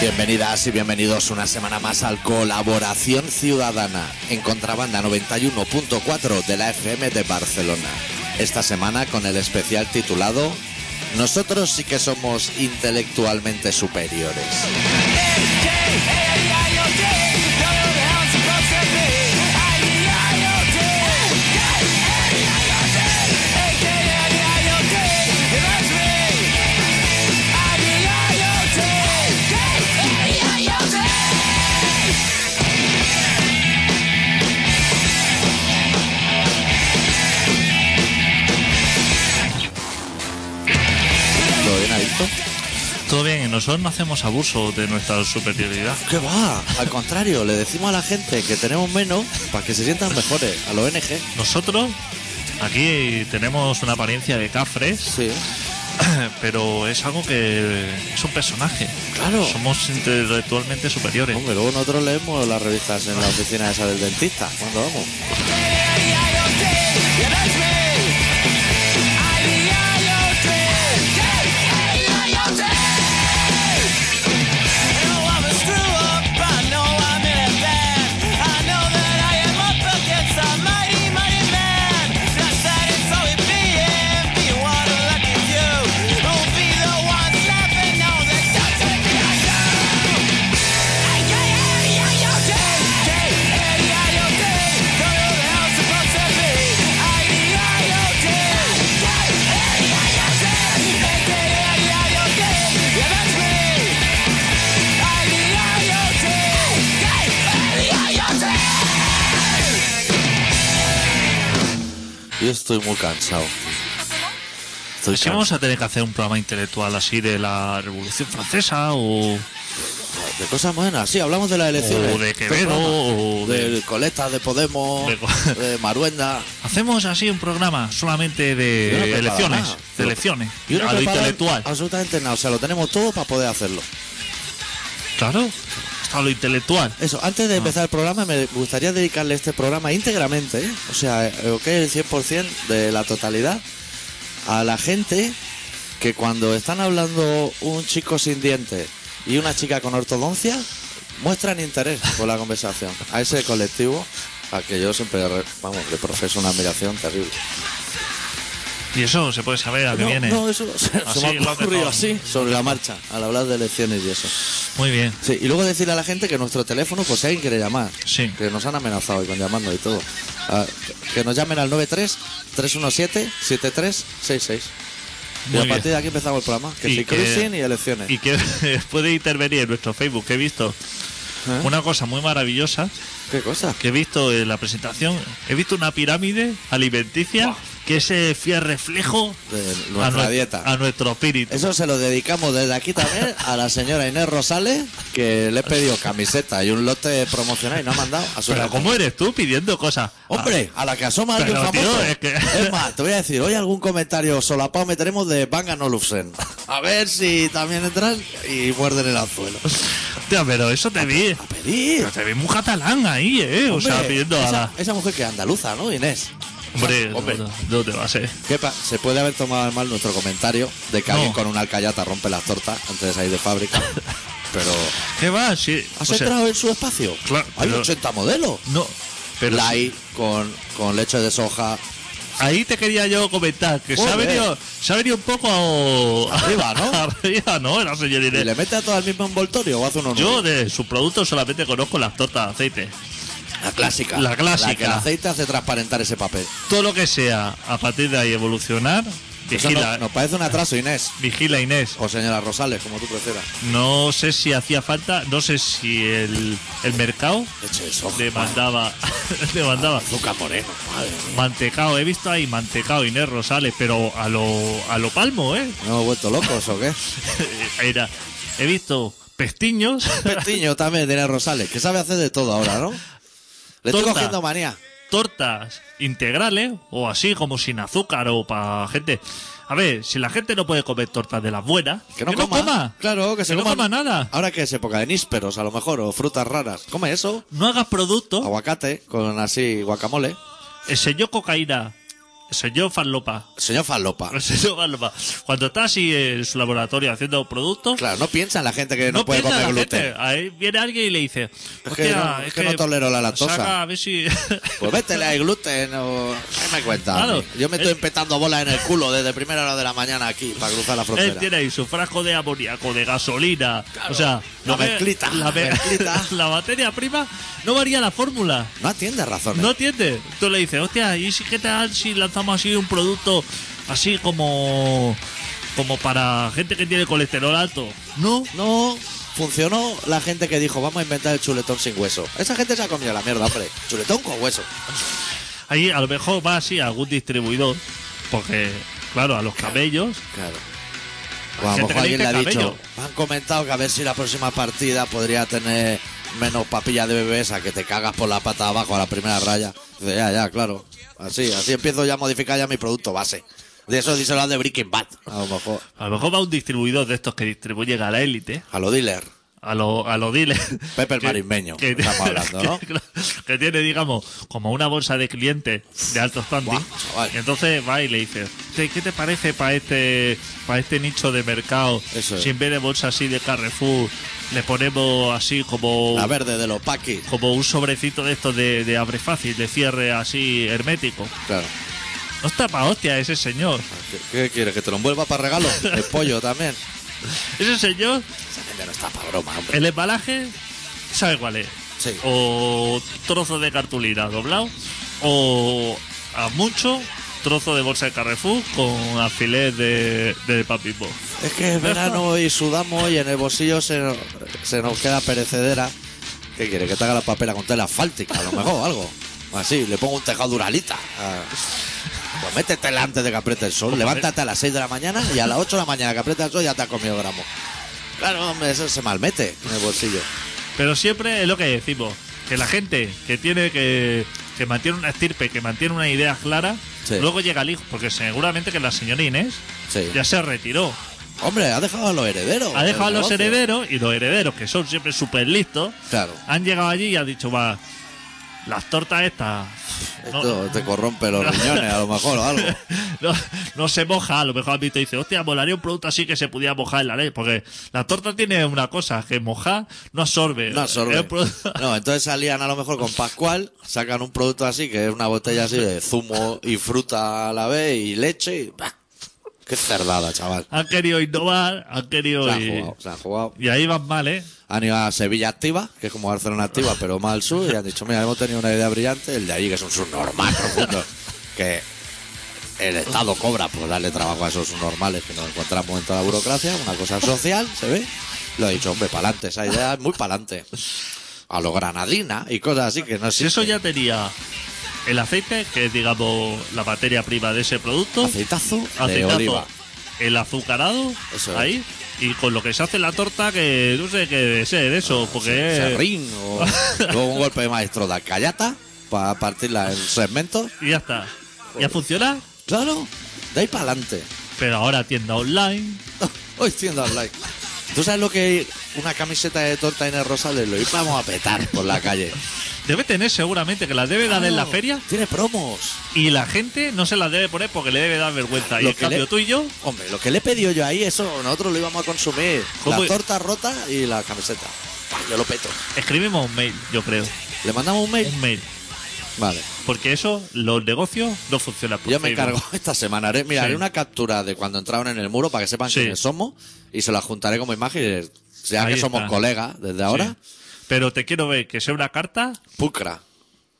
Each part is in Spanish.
Bienvenidas y bienvenidos una semana más al Colaboración Ciudadana en Contrabanda 91.4 de la FM de Barcelona. Esta semana con el especial titulado Nosotros sí que somos intelectualmente superiores. ¿Todo bien, adicto? Todo bien, nosotros no hacemos abuso de nuestra superioridad. ¿Qué va? Al contrario, le decimos a la gente que tenemos menos para que se sientan mejores, a los ONG. Nosotros aquí tenemos una apariencia de cafres, Sí. pero es algo que es un personaje. Claro. Somos intelectualmente superiores. Hombre, luego nosotros leemos las revistas en la oficina esa del dentista. ¿Cuándo vamos? Yo estoy muy cansado. Estoy Así cansado. vamos a tener que hacer un programa intelectual así de la Revolución Francesa o, De cosas buenas, sí, hablamos de las elecciones. O de Quevedo, Perdona, o de, de- Coleta, de Podemos, De de, co- Maruenda. hacemos así un programa solamente Yo no he de preparado elecciones, nada. de elecciones, Yo no he a lo preparado intelectual. Absolutamente nada, o sea, lo tenemos todo para poder hacerlo. Claro, hasta lo intelectual. Eso, antes Ah. de empezar el programa, me gustaría dedicarle este programa íntegramente, ¿eh? o sea, eh, lo que es el 100% de la totalidad, a la gente que cuando están hablando un chico sin dientes y una chica con ortodoncia, muestran interés por la conversación. A ese colectivo, al que yo siempre, re- vamos, le profeso una admiración terrible. Y eso se puede saber a qué no, viene. no, eso se, se Así, me lo ha ha ocurrido petado. así, sobre la marcha, al hablar de elecciones y eso. Muy bien. Sí, y luego decirle a la gente que nuestro teléfono, pues si alguien quiere llamar, Sí. que nos han amenazado hoy con llamarnos y todo, Ah, que nos llamen al 93-317-7366. Y Muy a bien. partir de aquí empezamos el programa, que Y si que- cruising y elecciones. y que puede intervenir en nuestro Facebook, que he visto ¿Eh? una cosa muy maravillosa, ¿Qué cosa? que he visto en la presentación, he visto una pirámide alimenticia que es fiel reflejo De a, nuestra nue- dieta. a nuestro espíritu. Eso se lo dedicamos desde aquí también a la señora Inés Rosales, que le he pedido camiseta y un lote promocional y no ha mandado a su Pero casa. ¿cómo eres tú pidiendo cosas? Hombre, a la que asoma alguien Pero, famoso. tío, es que- más, te voy a decir, hoy algún comentario solapado meteremos de Banga Olufsen. A ver si también entran y muerden el anzuelo. Ah, hostia, pero eso te vi. A pedir. pero te vi muy catalán ahí, ¿eh? O sea, Hombre, pidiendo a esa, la. esa mujer que es andaluza, ¿no, Inés? Hombre, esa- no- hombre. no- no te va a ser. ¿Qué pa- se puede haber tomado mal nuestro comentario de que No. alguien con una alcayata rompe las tortas antes de salir de fábrica. Pero. ¿Qué va? Sí. ¿Has o sea, entrado en su espacio? Claro, Hay pero- 80 modelos. no. Pero Light, con, con leche de soja. Ahí te quería yo comentar que se ha, Joder. venido, se ha venido un poco a- Arriba, ¿no? Arriba, ¿no? La señora ¿Y Inés. le mete a todo el mismo envoltorio o hace uno nuevo? Yo de sus productos solamente conozco las tortas de aceite. La clásica. La clásica. que el aceite hace transparentar ese papel. Todo lo que sea a partir de ahí evolucionar, Eso vigila, no- nos parece un atraso, Inés. vigila Inés. O señora Rosales, como tú prefieras. No sé si hacía falta, no sé si el, el mercado Leche de soja. le mandaba, le mandaba Azúcar moreno, madre mía. mantecao. He visto ahí mantecao Inés Rosales, pero a lo, a lo palmo, ¿eh? ¿No hemos vuelto locos o qué? Era, he visto pestiños. Petiño también tiene Rosales, que sabe hacer de todo ahora, ¿no? Le estoy Torta. cogiendo manía. tortas integrales o así como sin azúcar o para gente. A ver, si la gente no puede comer tortas de las buenas, Que no, coma. Claro, que se Que no coma. Ah. coma nada. Ahora que es época de nísperos, a lo mejor, o frutas raras. Come eso. Ah, No hagas productos, Aguacate con así guacamole. enseñó cocaína señor Farlopa. Señor Falopa. El señor Farlopa. Cuando está así en su laboratorio haciendo productos, Claro, no piensa en la gente que no, puede piensa comer la gluten. gente. Ahí viene alguien y le dice, Es que "Hostia, no- es que no tolero la lactosa". saca, a ver si... Pues métele al gluten o... ¿Qué me cuentas? Claro. Eh, hombre? Yo me estoy Él- empetando bolas en el culo desde primera hora de la mañana aquí para cruzar la Él frontera. Eh, tiene ahí su frasco de amoníaco, de gasolina, o sea... La me- mezclita, la me- mezclita. la materia prima no varía la fórmula. No atiende razones. No entiende. Tú le dices, hostia, ¿y si qué tal si lanzamos así un producto así como como para gente que tiene colesterol alto? No. No funcionó la gente que dijo, vamos a inventar el chuletón sin hueso. Esa gente se ha comido la mierda, hombre. Chuletón con hueso. Ahí a lo mejor va así a algún distribuidor, porque, claro, a los camellos. Claro. O a lo mejor gente que alguien le le ha dice dicho, cabello. me han comentado que a ver si la próxima partida podría tener menos papilla de bebé esa que te cagas por la pata abajo a la primera raya. Dice, ya, ya, claro. Así, así empiezo ya a modificar ya mi producto base. De eso díselo al de Breaking Bad, a lo mejor. A lo mejor va un distribuidor de estos que distribuyen a la élite, A lo dealer. a los a los dealers. Pepe el que- marismeño, estamos hablando, ¿no? que- que tiene, digamos, como una bolsa de clientes de altos standing. Guau, chaval. Y entonces va y le dice, "Che, ¿qué te parece para este para este nicho de mercado? Eso es. Si en vez de bolsa así de Carrefour, le ponemos así como, La verde de los Paquis. como un sobrecito de estos de, de abre fácil, de cierre así hermético. Claro. No está pa' hostia ese señor. ¿Qué, qué quieres? ¿Que te lo envuelva para regalo? El pollo también. Ese señor, Esa gente no está para broma, hombre. el embalaje, ¿sabe cuál es? Sí. o trozo de cartulina doblado o a mucho trozo de bolsa de Carrefour con alfiler de, de papismo. Es que es verano y sudamos y en el bolsillo se, nos- se nos queda perecedera. ¿Qué quiere? Que te haga la papela con tela asfáltica, a lo mejor, algo. Así, le pongo un tejado duralita. Ah. Pues métetela antes de que apriete el sol. Levántate a las 6 de la mañana y a las 8 de la mañana que apriete el sol ya te has comido gramo. Claro, hombre, eso se malmete en el bolsillo. Pero siempre es lo que decimos, que la gente que tiene que, que mantiene una estirpe, que mantiene una idea clara, Sí. luego llega el hijo, porque seguramente que la señora Inés Sí. ya se retiró. Hombre, ha dejado a los herederos. Ha dejado a del los negocio. herederos y los herederos, que son siempre súper listos, Claro. han llegado allí y han dicho, va, las tortas estas... no- Esto te corrompe los riñones, a lo mejor, o algo. no, no se moja, a lo mejor has visto y dices, hostia, molaría un producto así que se pudiera mojar en la ley, porque la torta tiene una cosa, que mojar no absorbe. No absorbe. Es un producto- No, entonces salían a lo mejor con Pascual, sacan un producto así, que es una botella así de zumo y fruta a la vez y leche y... ¡Bah! ¡Qué cerdada, chaval! han querido innovar, han querido... Se han y, jugado, se han jugado. y ahí van mal, ¿eh? Han ido a Sevilla Activa, que es como Barcelona Activa, pero más al sur, y han dicho, mira, hemos tenido una idea brillante, el de allí, que es un subnormal profundo, que el Estado cobra por darle trabajo a esos subnormales que nos encontramos en toda la burocracia, una cosa social, ¿se ve? Lo he dicho, hombre, pa'lante, esa idea es muy pa'lante. A lo granadina y cosas así que no sé. Si eso ya tenía el aceite, que es, digamos, la materia prima de ese producto, Aceitazo de aceitazo, oliva. el azucarado, Eso es. ahí, y con lo que se hace la torta, que no sé qué debe ser eso, porque... es- Serrín o luego un golpe de maestro de callata para partirla en segmentos. y ya está. Ya funciona, Claro, de ahí para adelante. pero ahora tienda online... Hoy tienda online. ¿Tú sabes lo que es una camiseta de torta en el Rosales? Lo íbamos a petar por la calle. Debe tener seguramente que las debe dar en la Claro, feria Tiene promos. y la gente no se las debe poner porque le debe dar vergüenza. Y Lo en que cambio le- tú y yo, Hombre, lo que le he pedido yo ahí, eso nosotros lo íbamos a consumir. La ¿Cómo? torta rota y la camiseta. Bah, Yo lo peto. escribimos un mail, yo creo. ¿Le mandamos un mail? Un mail. Vale. Porque eso, los negocios no funcionan. por Yo me Facebook. encargo esta semana. Haré, mira, Sí. haré una captura de cuando entraron en el muro para que sepan Sí. quiénes somos y se la juntaré como imagen. Ya Ahí que somos está. colegas desde Sí. ahora, Pero te quiero ver que sea una carta. pulcra.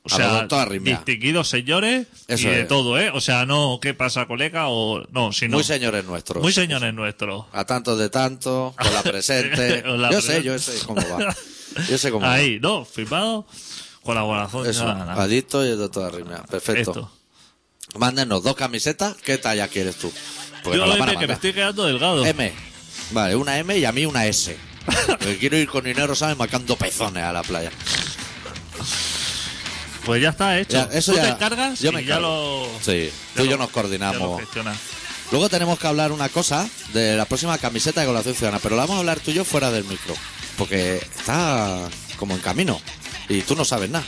O a lo sea, doctor Arritmia. distinguidos señores Eso y de es. todo, ¿eh? O sea, no, ¿qué pasa, colega? O no, sino. Muy señores nuestros. muy señores nuestros. A tantos de tantos, con la presente. Con la yo presente. sé, yo sé cómo va. Yo sé cómo Ahí, ¿no? Firmado, colaboración. va. Eso, nada, nada. adicto y el doctor Arrimia. Perfecto. Esto. Mándenos dos camisetas. ¿Qué talla quieres tú? Porque nos Yo lo la Eh, van a que me mandar. estoy quedando delgado. M. Vale, una M y a mí una S. Porque quiero ir con dinero, ¿sabes? Marcando pezones a la playa. Pues ya está hecho. Ya, eso Tú ya- te encargas yo me y ya lo. encargo. Sí, ya tú y lo- yo nos ya lo coordinamos. gestionas. Luego tenemos que hablar una cosa de la próxima camiseta de colaboración ciudadana, pero la vamos a hablar tú y yo fuera del micro, porque está como en camino y tú no sabes nada.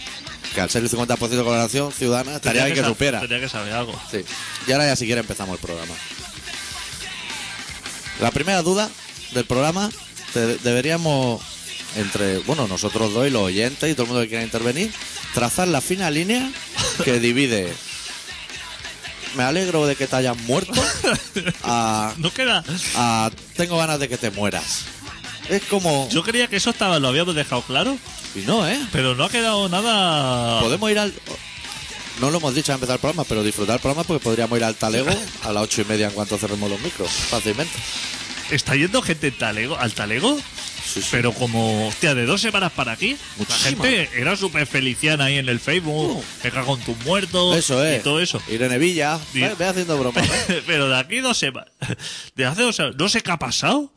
que al ser el 50% de coloración ciudadana estaría bien que, sa- supiera. Tenía que saber algo. Sí. Y ahora ya si quiere empezamos el programa. La primera duda del programa de- deberíamos, entre, bueno, nosotros dos y los oyentes y todo el mundo que quiera intervenir, trazar la fina línea que divide. Me alegro de que te hayas muerto a, No queda. a tengo ganas de que te mueras. Es como... Yo creía que eso estaba, lo habíamos dejado claro, Y no, ¿eh? pero no ha quedado nada. Podemos ir al... No lo hemos dicho al empezar el programa, pero disfrutar el programa porque podríamos ir al talego a las ocho y media en cuanto cerremos los micros, fácilmente. Está yendo gente talego, al talego, Sí, sí. pero como, hostia, de dos semanas para aquí, Muchísima. la gente era súper feliciana ahí en el Facebook, pega con tus muertos Uh. Eso es. y todo eso. Irene Villa. Y- Ve, ve haciendo ¿eh? broma. pero de aquí dos semanas, de hace dos semanas, no sé qué ha pasado,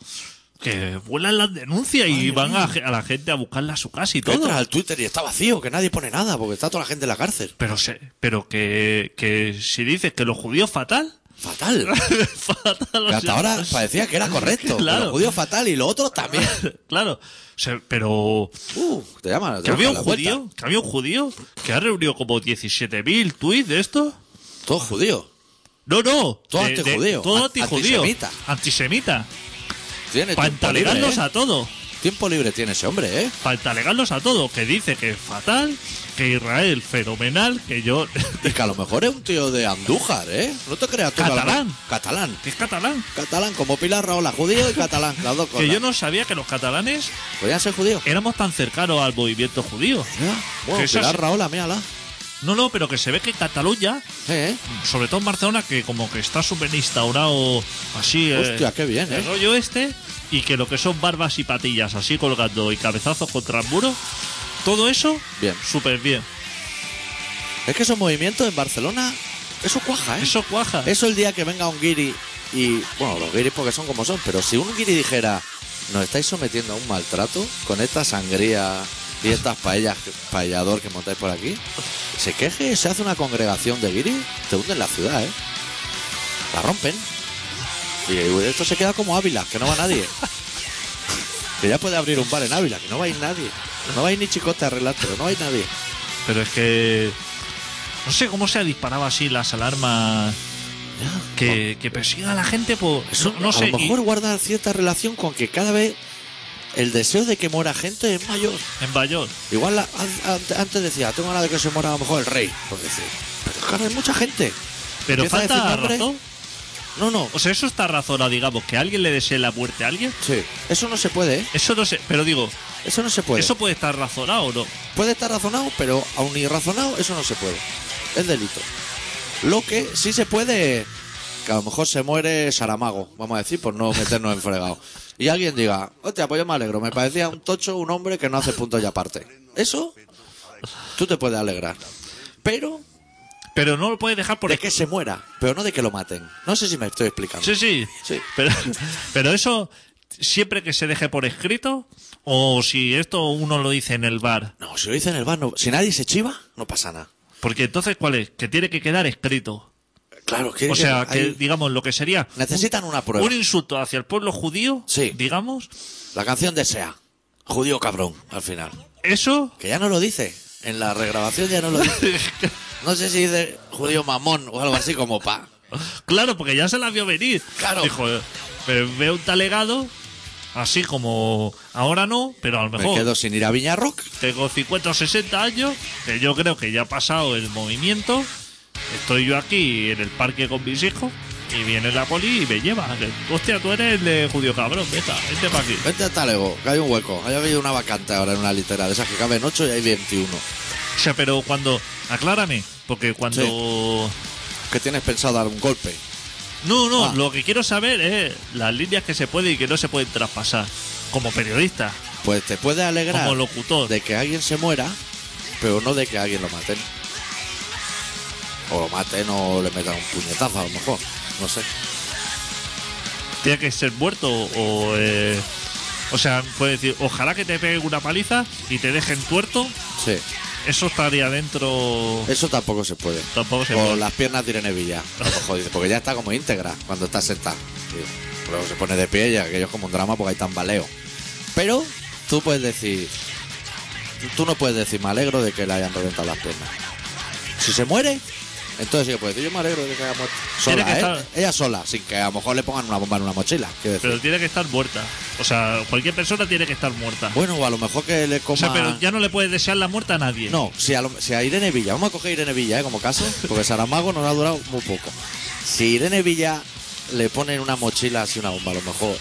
que vuelan las denuncias y van a, ge- a la gente a buscarla a su casa y Que entras todo. al Twitter y está vacío, que nadie pone nada, porque está toda la gente en la cárcel. Pero, se, pero que, que si dices que los judíos fatal, Fatal. fatal. o Que hasta sea, ahora parecía que era correcto. Claro. Pero judío fatal y los otros también. Claro, Se- pero Uh, te llaman. que Te llaman había un la vuelta. judío, que había un judío que ha reunido como 17.000 tuits de esto. Todo judío. No, no, Todo de- de- antijudío, todo an- antijudío, antisemita. antisemita, Tiene para tiempo libre. entalegarlos ¿eh? a todos, Tiempo libre tiene ese hombre, ¿eh? para entalegarlos a todos, que dice que es fatal, que Israel fenomenal, que yo, Y que a lo mejor es un tío de Andújar, ¿eh? No te creas tú. que a lo mejor- Catalán. Catalán. que es catalán, Catalán, como Pilar Raola, judío y catalán, las dos cosas. Pues que yo no sabía que los catalanes Podían ser judíos. éramos tan cercanos al movimiento judío. Mira, Que ¿Eh? Bueno, eso Pilar sí. Raola, mírala. No, no, pero que se ve que en Cataluña, Sí, ¿eh? sobre todo en Barcelona, que como que está súper instaurado así. eh, Hostia, qué bien, el ¿eh? rollo este y que lo que son barbas y patillas así colgando y cabezazos contra el muro, todo eso, Bien. súper bien. Es que esos movimientos en Barcelona, eso cuaja, ¿eh? Eso cuaja. Eso el día que venga un guiri y. Bueno, los guiris porque son como son, pero si un guiri dijera, nos estáis sometiendo a un maltrato con esta sangría y estas paellas, paellador que montáis por aquí, se queje, se hace una congregación de guiris, te hunden la ciudad, ¿eh? La rompen. Y esto se queda como Ávila, que no va nadie. que ya puede abrir un bar en Ávila, que no va a ir nadie. No va a ir ni chicote a arreglártelo, no va a ir nadie. Pero es que no sé cómo se disparaba así las alarmas que, que persigan a la gente por Eso, no, no a sé. lo y mejor guarda cierta relación con que cada vez el deseo de que muera gente es mayor. en Bayón. Igual la- an- an- antes decía, tengo ganas de que se muera a lo mejor el rey, por decir. Pero claro, hay mucha gente. Pero Empieza a decir falta nombres. razón. No, no. O sea, eso está razonado, digamos, que alguien le desee la muerte a alguien. Sí. Eso no se puede, ¿eh? Eso no sé, pero digo, Eso no se puede. eso puede estar razonado o no. Puede estar razonado, pero aun irrazonado, eso no se puede. Es delito. Lo que sí se puede, que a lo mejor se muere Saramago, vamos a decir, por no meternos en fregado. Y alguien diga, hostia, pues yo me alegro, me parecía un tocho, un hombre que no hace punto y aparte. Eso, tú te puedes alegrar. Pero Pero no lo puede dejar por de que se muera, pero no de que lo maten. No sé si me estoy explicando. Sí, sí. Sí. Pero, pero eso, siempre que se deje por escrito, o si esto uno lo dice en el bar. No, si lo dicen en el bar, no- si nadie se chiva, no pasa nada. Porque entonces, ¿cuál es? Que tiene que quedar escrito. Claro, que O sea, que hay- digamos lo que sería necesitan una prueba. un insulto hacia el pueblo judío, Sí. digamos, La canción de Sea, judío cabrón, al final. eso, Que ya no lo dice. En la regrabación ya no lo dice. No sé si dice judío mamón o algo así como pa. claro, porque ya se la vio venir. Claro. Dijo, me veo un talegado, así como ahora no, pero a lo Me mejor quedo sin ir a Viña Rock. tengo 50 o 60 años, que yo creo que ya ha pasado el movimiento. Estoy yo aquí en el parque con mis hijos y viene la poli y me lleva. Hostia, tú eres el de judío cabrón, venga, vente para aquí. Vente a Talego, que hay un hueco. Hay habido una vacante ahora en una litera de esas que caben 8 y hay 21. O sea, pero cuando, aclárame, porque cuando... Que tienes pensado dar un golpe. No, no, Ah. lo que quiero saber es las líneas que se pueden y que no se pueden traspasar. Como periodista, Pues te puede alegrar como locutor. de que alguien se muera, pero no de que alguien lo maten. O lo maten o le metan un puñetazo a lo mejor. No sé. Tiene que ser muerto o... eh, o sea, puede decir, ojalá que te peguen una paliza y te dejen tuerto. Sí. Eso estaría dentro... Eso tampoco se puede. Tampoco se o puede. las piernas de Irene Villa. a lo mejor dice, porque ya está como íntegra cuando está sentada. Sí. Luego se pone de pie y aquello es como un drama porque hay tambaleo. Pero tú puedes decir, tú no puedes decir me alegro de que le hayan reventado las piernas. Si se muere, entonces sí que puedes decir yo me alegro de que haya muerto. Tiene Sola, que ¿eh? estar- Ella sola, sin que a lo mejor le pongan una bomba en una mochila. quiero decir. Pero tiene que estar muerta. O sea, cualquier persona tiene que estar muerta. Bueno, o a lo mejor que le coma. O sea, pero ya no le puedes desear la muerte a nadie. No, si a, lo- si a Irene Villa, vamos a coger Irene Villa ¿eh? como caso, porque Saramago nos ha durado muy poco. Si Irene Villa le pone en una mochila así una bomba, a lo mejor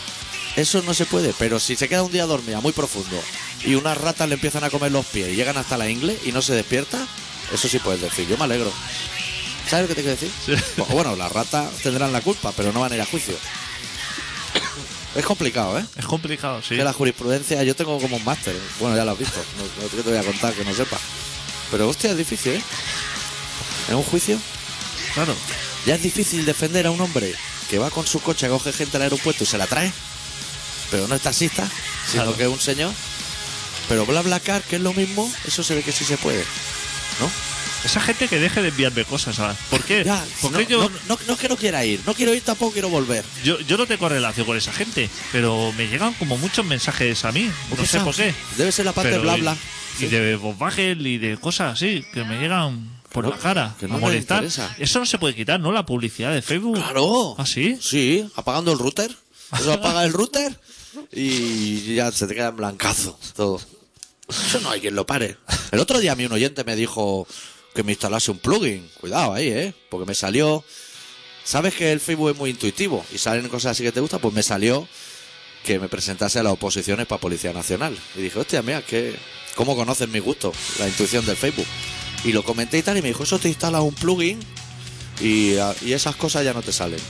eso no se puede, pero si se queda un día dormida muy profundo y unas ratas le empiezan a comer los pies y llegan hasta la ingle y no se despierta, eso sí puedes decir, yo me alegro. ¿Sabes lo que te quiero decir? Sí. Pues, bueno, las ratas tendrán la culpa, pero no van a ir a juicio. Es complicado, ¿eh? Es complicado, sí. Que la jurisprudencia, yo tengo como un máster. ¿eh? Bueno, ya lo has visto. No, no te voy a contar que no sepa. Pero hostia, es difícil, ¿eh? En un juicio Claro. ya es difícil defender a un hombre que va con su coche, coge gente al aeropuerto y se la trae. Pero no es taxista, sino Claro. que es un señor. Pero BlaBlaCar, que es lo mismo, eso se ve que sí se puede. ¿No? Esa gente que deje de enviarme cosas, ¿sabes? ¿Por qué? Ya, ¿Por no, qué yo, no, no- no es que no quiera ir. No quiero ir, tampoco quiero volver. yo, yo no tengo relación con esa gente? Pero me llegan como muchos mensajes a mí. No sé Quizá por qué. Debe ser la parte Pero de y- BlaBla. Y, de Volkswagen y de cosas así que me llegan por Claro, la cara que no a les molestar. interesa. Eso no se puede quitar, ¿no? La publicidad de Facebook. Claro. ¿Ah, sí? Sí, apagando el router. Eso apaga el router y ya se te queda en blancazo todo. Eso no hay quien lo pare. El otro día mi un oyente me dijo que me instalase un plugin. Cuidado ahí, ¿eh? Porque me salió... Sabes que el Facebook es muy intuitivo y salen cosas así que te gustan, pues me salió que me presentase a las oposiciones para Policía Nacional. Y dije, hostia, mira, que ¿cómo conocen mi gusto? La intuición del Facebook. Y lo comenté y tal, y me dijo, eso te instala un plugin y, a- y esas cosas ya no te salen.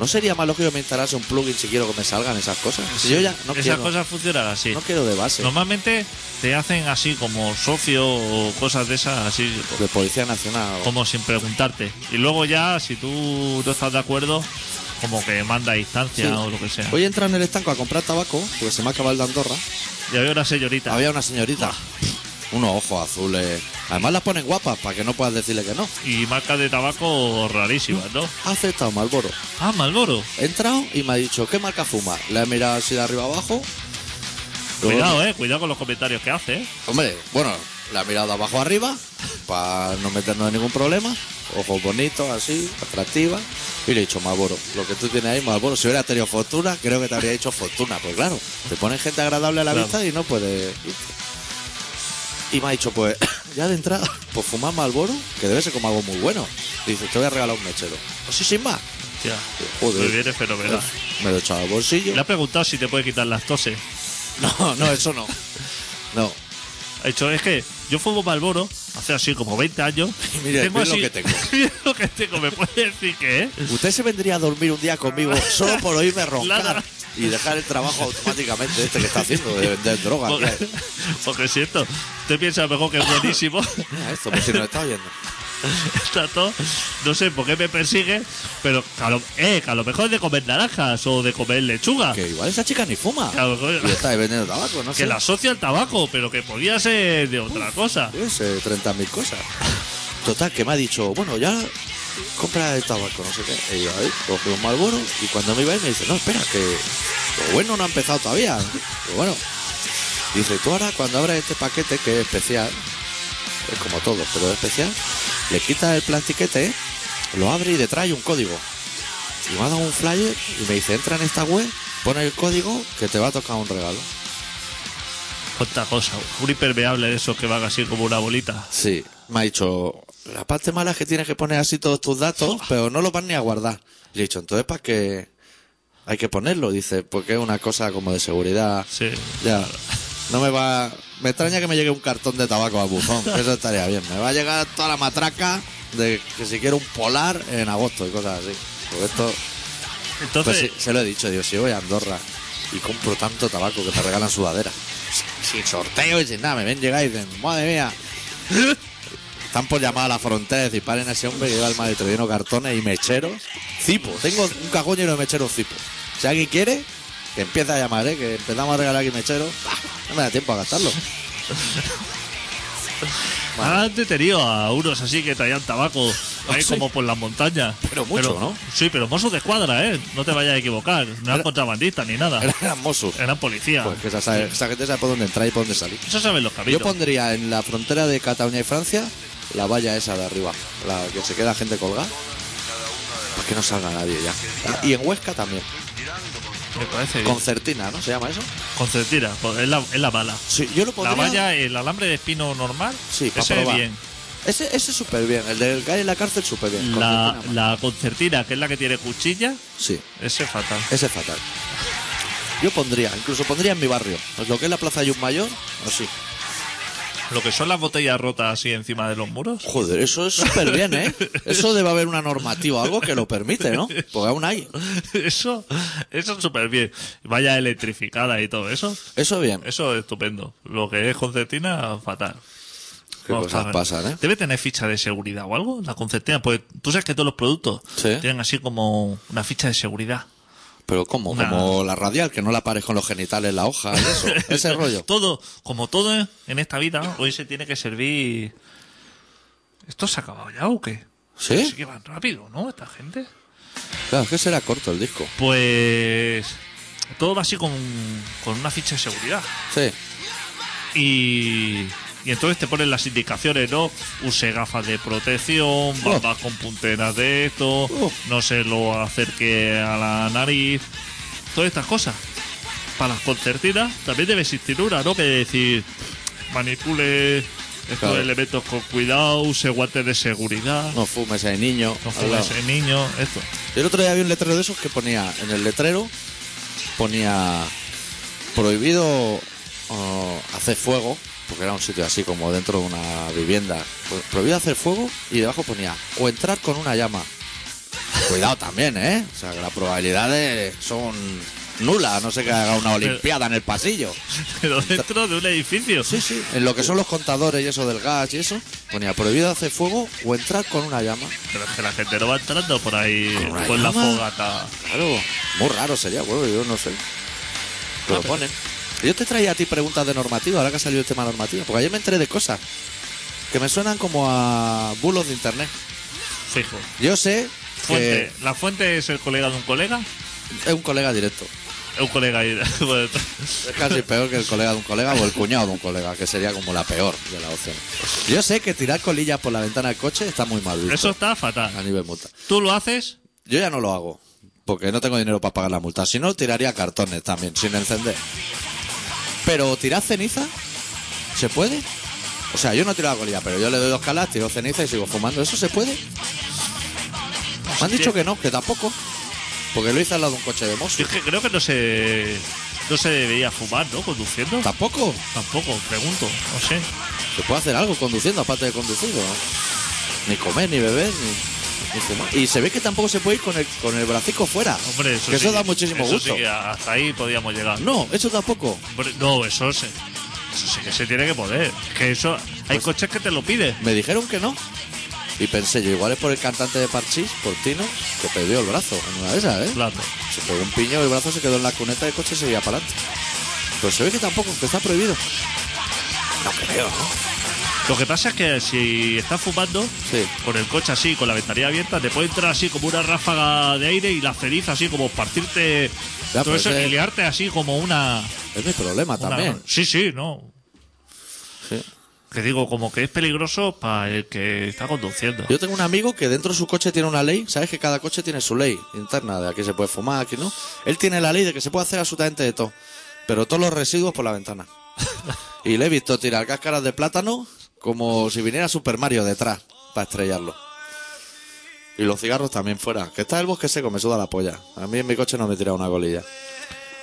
¿No sería más lógico que me instalase un plugin si quiero que me salgan esas cosas? Si yo ya no Esas quiero, cosas funcionan así. no quiero de base Normalmente te hacen así como socio o cosas de esas así de Policía Nacional. como sin preguntarte. Y luego ya, si tú no estás de acuerdo, como que manda a instancia Sí. o lo que sea. Hoy entra en el estanco a comprar tabaco, porque se me ha acabado el de Andorra. Y había una señorita. Había una señorita, unos ojos azules. Además las ponen guapas para que no puedas decirle que no. Y marcas de tabaco rarísimas, ¿no? Ha aceptado Malboro. Ah, Malboro. He entrado y me ha dicho, ¿qué marca fuma? La he mirado así de arriba abajo. Luego- Cuidado, eh. Cuidado con los comentarios que hace, eh. Hombre, bueno, la he mirado de abajo arriba para no meternos en ningún problema. Ojos bonitos, así, atractiva. Y le he dicho, Malboro, lo que tú tienes ahí, Malboro, si hubiera tenido fortuna, creo que te habría dicho fortuna. Pues claro, te ponen gente agradable a la Claro. vista y no puedes irte. Y me ha dicho, pues, ya de entrada, pues fumar Malboro, que debe ser como algo muy bueno. Dice, te voy a regalar un mechero. Así sin más. Hostia, Joder. me viene fenomenal. Me lo he echado al bolsillo. Le ha preguntado si te puede quitar las toses. No, no, eso no. No. Ha dicho, es que yo fumo Malboro hace así como 20 años. Y mira, mira lo que tengo. mira lo que tengo. ¿Me puede decir qué eh? es? Usted se vendría a dormir un día conmigo solo por oírme roncar Claro. y dejar el trabajo automáticamente este que está haciendo de vender droga. Mira, Porque, porque es cierto, usted piensa a lo mejor que es buenísimo. mira esto, por si nos está oyendo. Está todo. No sé por qué me persigue, pero a lo, eh, que a lo mejor es de comer naranjas o de comer lechuga. Que igual esa chica ni fuma. Que, a lo mejor- Y está ahí vendiendo tabaco, no que sé. la asocia al tabaco, pero que podía ser de otra cosa. Yo qué sé, 30.000 cosas. Total, que me ha dicho, bueno, ya compra el tabaco, no sé qué. Y yo, ahí, cogí un malboro y cuando me iba a ir me dice, no, espera, que lo bueno no ha empezado todavía. Pero bueno, dice, tú ahora cuando abras este paquete que es especial, es como todo, pero es especial, le quitas el plastiquete, lo abre y detrás hay un código. Y me ha dado un flyer y me dice, entra en esta web, pone el código que te va a tocar un regalo. Cuánta cosa. Un impermeable de esos que van así como una bolita. Sí, me ha dicho, la parte mala es que tienes que poner así todos tus datos, pero no los vas ni a guardar. Le he dicho, entonces, ¿para qué hay que ponerlo? Dice, porque es una cosa como de seguridad. Sí. Ya, no me va... Me extraña que me llegue un cartón de tabaco al buzón, que eso estaría bien. Me va a llegar toda la matraca de que si quiero un polar en agosto y cosas así. Porque esto... Pues Entonces, sí, se lo he dicho, digo, si voy a Andorra y compro tanto tabaco que me regalan sudadera, sin sorteo y sin nada, me ven llegar y dicen, madre mía. Están por llamar a la frontera y decir, paren a ese hombre que lleva el maletero lleno de cartones y mecheros. Cipo, tengo un cajón lleno de mecheros cipo. Si alguien quiere, que empiece a llamar, ¿eh? que empezamos a regalar aquí mecheros. No me da tiempo a gastarlo. Han detenido a unos así que traían tabaco ahí Ah, Sí. como por las montañas. Pero mucho, ¿no? Sí, pero mozos de escuadra, ¿eh? No te vayas a equivocar. No eran contrabandistas ni nada. Era hermoso. Eran policías. Pues que esa, sabe- esa gente sabe por dónde entrar y por dónde salir. Eso saben los caminos. Yo pondría en la frontera de Cataluña y Francia la valla esa de arriba, la que se queda gente colgada. Para que no salga nadie ya. Ah, Y en Huesca también. Me parece bien. Concertina, ¿no? ¿Se llama eso? Concertina, pues, es la, es la bala. Sí, yo lo pondría. La valla, el alambre de espino normal, Sí, pa' ese probar. bien. Ese ese es súper bien. El del calle en la cárcel, súper bien. La, Concertina, la concertina, que es la que tiene cuchilla, Sí, ese es fatal. ese es fatal. Yo pondría, incluso pondría en mi barrio. Pues lo que es la plaza Ayun Mayor, así. Lo que son las botellas rotas así encima de los muros. Joder, eso es súper bien, ¿eh? Eso debe haber una normativa, algo que lo permite, ¿no? Porque aún hay. Eso, eso es súper bien. Vaya electrificada y todo eso. Eso bien. Eso es estupendo. Lo que es concertina, fatal. Qué Vamos a cosas ver. pasan, ¿eh? Debe tener ficha de seguridad o algo, la concertina. Pues tú sabes que todos los productos Sí. tienen así como una ficha de seguridad. Pero ¿cómo? Nah. Como la radial, que no la pares con los genitales, la hoja, y eso, ese rollo. Todo, como todo en esta vida, hoy se tiene que servir. ¿Esto se ha acabado ya o qué? Sí ¿Sí? que van rápido, ¿no? Esta gente. Claro, es que será corto el disco. Pues. Todo va así con, con una ficha de seguridad. Sí. Y. Y entonces te ponen las indicaciones, ¿no? Use gafas de protección, bambas con punteras de esto, Oh. no se lo acerque a la nariz, todas estas cosas. Para las concertinas también debe existir una, ¿no? Que decir, manipule estos Claro. elementos con cuidado, use guantes de seguridad, No fumes hay niño. no al lado. fumes en niño, esto. Yo el otro día había un letrero de esos que ponía, en el letrero, ponía prohibido oh, hacer fuego, porque era un sitio así como dentro de una vivienda. Pro- Prohibido hacer fuego y debajo ponía, o entrar con una llama. Cuidado también, ¿eh? O sea, que las probabilidades son nulas, no sé que haga una olimpiada en el pasillo. Pero dentro de un edificio. Sí, sí. En lo que son los contadores y eso del gas y eso, ponía prohibido hacer fuego o entrar con una llama. Pero es que la gente no va entrando por ahí Con una con, la llama. fogata. Claro. Muy raro sería, bueno, yo no sé. Pero Ah, lo ponen. Yo te traía a ti preguntas de normativa, ahora que ha salido el tema normativa, porque ayer me enteré de cosas que me suenan como a bulos de internet. Fijo. Yo sé Fuente. que La fuente es el colega de un colega. es un colega directo. Es un colega ahí. Bueno, Es casi peor que el colega de un colega o el cuñado de un colega, que sería como la peor de las opciones. Yo sé que tirar colillas por la ventana del coche está muy mal visto Eso está a fatal. nivel multa. Tú lo haces. Yo ya no lo hago, porque no tengo dinero para pagar la multa. Si no, tiraría cartones también, sin encender. Pero tirar ceniza, ¿se puede? O sea, yo no tiro la colilla, pero yo le doy dos calas, tiro ceniza y sigo fumando. ¿Eso se puede? Pues Me han dicho que no, que tampoco. Porque lo hice al lado de un coche de Yo mozo. es que creo que no se. No se debería fumar, ¿no? Conduciendo. ¿Tampoco? Tampoco, pregunto. No sé. ¿Se puede hacer algo conduciendo, aparte de conducir? ¿no? Ni comer, ni beber, ni, ni fumar. Y se ve que tampoco se puede ir con el, con el bracico fuera. Hombre, eso que eso sí da que- muchísimo eso gusto. sí que hasta ahí podíamos llegar. No, eso tampoco. Hombre, no, eso se. Eso sí que se tiene que poder. Es que eso. Hay Pues- coches que te lo piden. Me dijeron que no. Y pensé yo, igual es por el cantante de Parchís, por Tino, que perdió el brazo en una de esas, ¿eh? Claro. Se pegó un piño, el brazo se quedó en la cuneta y el coche seguía para adelante. Pero se ve que tampoco, que está prohibido. No creo, ¿no? Lo que pasa es que si estás fumando, Sí. con el coche así, con la ventanilla abierta, te puede entrar así como una ráfaga de aire y la ceniza así como partirte Ya, todo pero eso ese- y liarte así como una, Es mi problema una- también. Sí, sí, no. Sí. Que digo, como que es peligroso para el que está conduciendo. Yo tengo un amigo que dentro de su coche tiene una ley, sabes que cada coche tiene su ley interna, de aquí se puede fumar, aquí no. Él tiene la ley de que se puede hacer absolutamente de todo, pero todos los residuos por la ventana. Y le he visto tirar cáscaras de plátano como si viniera Super Mario detrás para estrellarlo. Y los cigarros también fuera. Que está el bosque seco, me suda la polla. A mí en mi coche no me tira una golilla.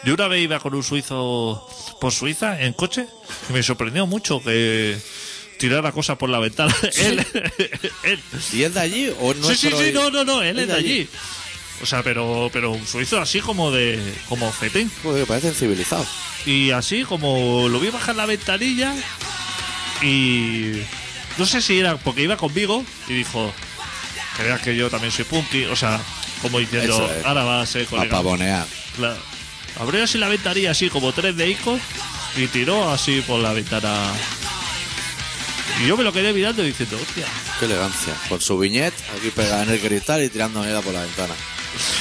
Yo una vez iba con un suizo por Suiza en coche y me sorprendió mucho que tirara cosas por la ventana. él, él. ¿Y es de allí o no Sí, sí, sí, no, no, no, él es es de de allí. O sea, pero, pero un suizo así como de. como fetín. Joder, parecen civilizados. Y así como lo vi bajar la ventanilla y no sé si era porque iba conmigo y dijo que veas que yo también soy punky, o sea, como diciendo, Eso es. ahora va a ser A colega. pavonear. Claro. Abrió así la ventanilla así como tres de hijos y tiró así por la ventana. Y yo me lo quedé mirando diciendo, hostia, Qué elegancia. Con su viñet aquí pegada en el cristal y tirando mierda por la ventana.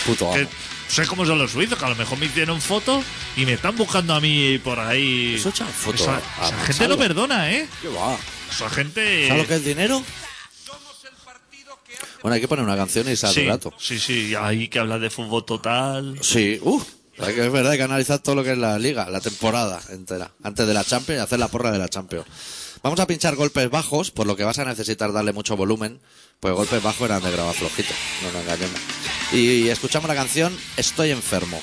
Puto que amo. sé cómo son los suizos, que a lo mejor me hicieron fotos y me están buscando a mí por ahí. Eso echan ¿eh? fotos Esa, a- a esa gente Gonzalo. no perdona, ¿eh? ¿Qué va? Esa gente... ¿Sabes lo que es dinero? Bueno, hay que poner una canción y sale sí, un rato. sí, sí, hay que hablar de fútbol total. Sí, uff. es verdad, hay que analizar todo lo que es la liga, la temporada entera, antes de la Champions y hacer la porra de la Champions. Vamos a pinchar golpes bajos, por lo que vas a necesitar darle mucho volumen, pues golpes bajos eran de grabar flojito, no nos engañemos. Y escuchamos la canción Estoy enfermo.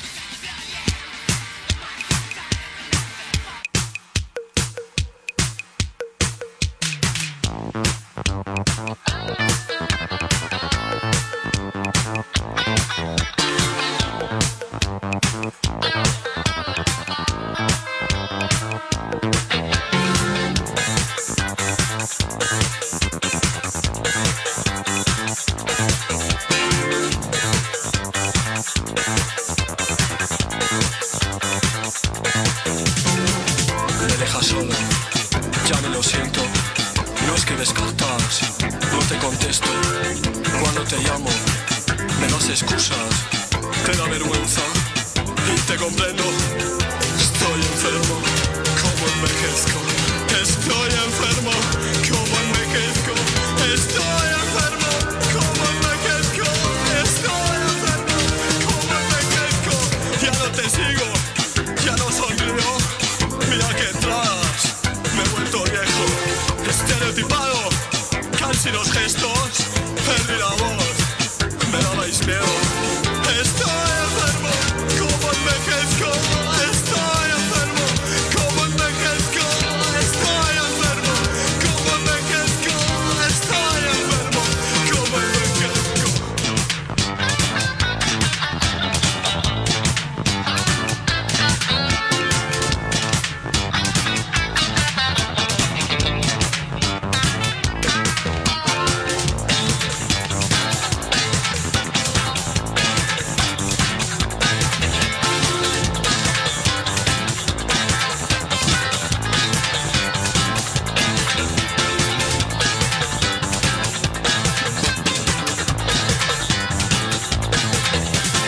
me deja solo, ya me lo siento. No es que descartas, no te contesto. Cuando te llamo, me das excusas, te da vergüenza y te comprendo. Estoy enfermo, como envejezco. Estoy enfermo, como envejezco. Estoy enfermo, como envejezco. Estoy enfermo, como envejezco. Ya no te sigo, ya no sonrío. Mira que entradas, me he vuelto viejo, estereotipado, casi los gestos, perdí la voz, me dabais miedo. Estoy enfermo, como envejezco, estoy enfermo, como envejezco, estoy enfermo, como envejezco, estoy enfermo, como envejezco.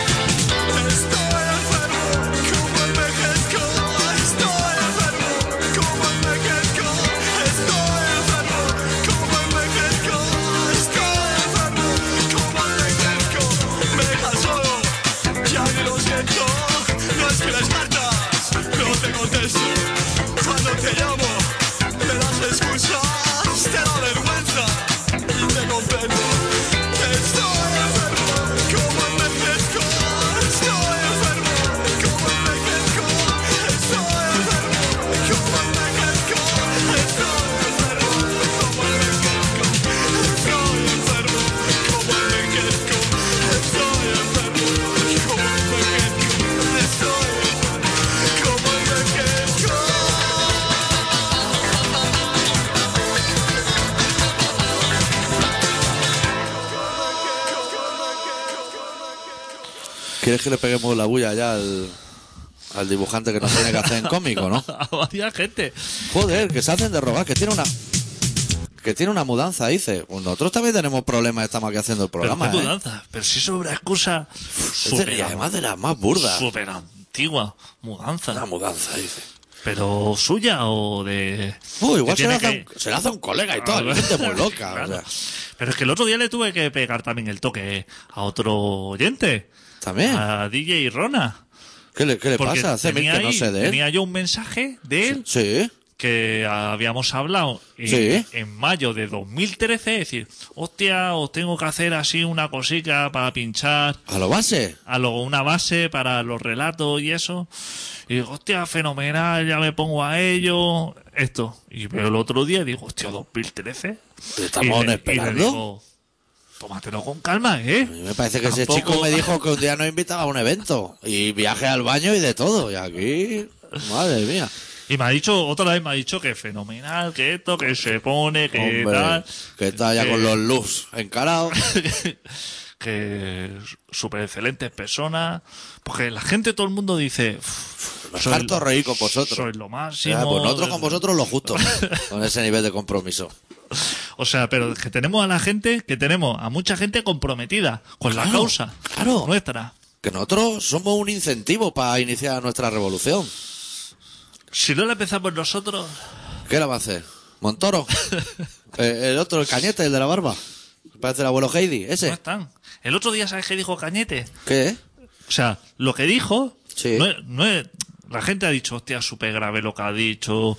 Estoy enfermo, como envejezco, estoy enfermo, como envejezco, estoy enfermo, como envejezco, estoy enfermo, como envejezco, me deja solo, ya ni lo siento, no es que las cartas, no te contesto, cuando te llamo, me das excusas, te da vergüenza y te comprendo, estoy enfermo, como envejezco, estoy enfermo, como envejezco, estoy enfermo, como envejezco, estoy enfermo, como envejezco, estoy enfermo, como envejezco, estoy enfermo, como envejezco, estoy enfermo, como envejezco. ¿Quieres que le peguemos la bulla ya al, al dibujante que nos tiene que hacer en cómico, no? A varias gente. Joder, que se hacen de rogar, que tiene una... Que tiene una mudanza, dice. Pues Nosotros también tenemos problemas, estamos aquí haciendo el Pero programa. qué ¿eh? Este mudanza. Pero si es una excusa Es de- y súper además de las más burdas. súper antigua. Mudanza. Una mudanza, dice. Pero suya o de. Uy, que igual se tiene la, hace que- un, se la hace un colega y todo. Ah, la gente muy loca. claro. o sea. Pero es que el otro día le tuve que pegar también el toque a otro oyente, También. a DJ Rona. ¿Qué le, qué le Porque pasa? Hace mil tenía que no ahí- sé de él. Tenía yo un mensaje de él Sí. que habíamos hablado en, Sí. en mayo de 2013. Es decir, hostia, os tengo que hacer así una cosica para pinchar A lo base. a lo- una base para los relatos y eso. Y digo, hostia, fenomenal, ya me pongo a ello. Esto. Y pero el otro día digo, hostia, 2013. Estamos Y le- y le esperando. digo, Tómatelo con calma, ¿eh? A mí me parece que ese Tampoco- chico me dijo que un día nos invitaba a un evento. Y viaje al baño y de todo. Y aquí. Madre mía. Y me ha dicho, otra vez me ha dicho que fenomenal, que esto, que se pone, que Hombre. tal. Eh, Que está ya que- con los luz encarados. que súper excelentes personas. Porque la gente, todo el mundo dice, "Uf, Los Soy hartos lo- reír con vosotros. Sois lo máximo. Ah, pues nosotros con vosotros lo justo, con ese nivel de compromiso. O sea, pero que tenemos a la gente, que tenemos a mucha gente comprometida con la Claro, causa claro. nuestra. Que nosotros somos un incentivo para iniciar nuestra revolución. Si no la empezamos nosotros, ¿Qué la va a hacer? ¿Montoro? Eh, el otro, el cañete, el de la barba. Parece el abuelo Heidi, no ese. están. El otro día, ¿sabes qué dijo Cañete? ¿Qué? O sea, lo que dijo, Sí. no es- no es- la gente ha dicho, hostia, súper grave lo que ha dicho,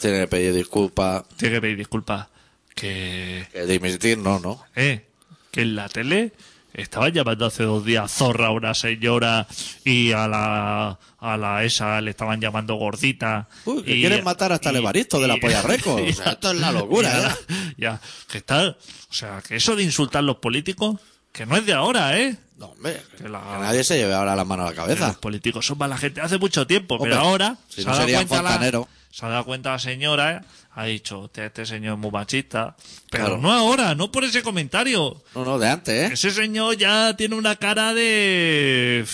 Tiene que pedir disculpas, tiene que pedir disculpas. Que, que dimitir, no, no. eh, que en la tele estaban llamando hace dos días zorra a una señora y a la, a la esa le estaban llamando gordita. Uy, que y- quieren matar hasta el y- Evaristo de la y- Polla Records. y- O sea, esto es la locura, y a ¿eh? la- Ya, que está, o sea, que eso de insultar a los políticos, que no es de ahora, ¿eh? No, hombre, que Que la- nadie se lleve ahora la mano a la Que Los cabeza. políticos son mala gente hace mucho tiempo, Hombre, pero ahora si se, no ha dado serían cuenta la, fontanero. se ha dado cuenta la señora, eh, ha dicho, "Hostia, este señor es muy machista, pero Claro. no ahora, no por ese comentario. No, no, de antes, ¿eh? Ese señor ya tiene una cara de...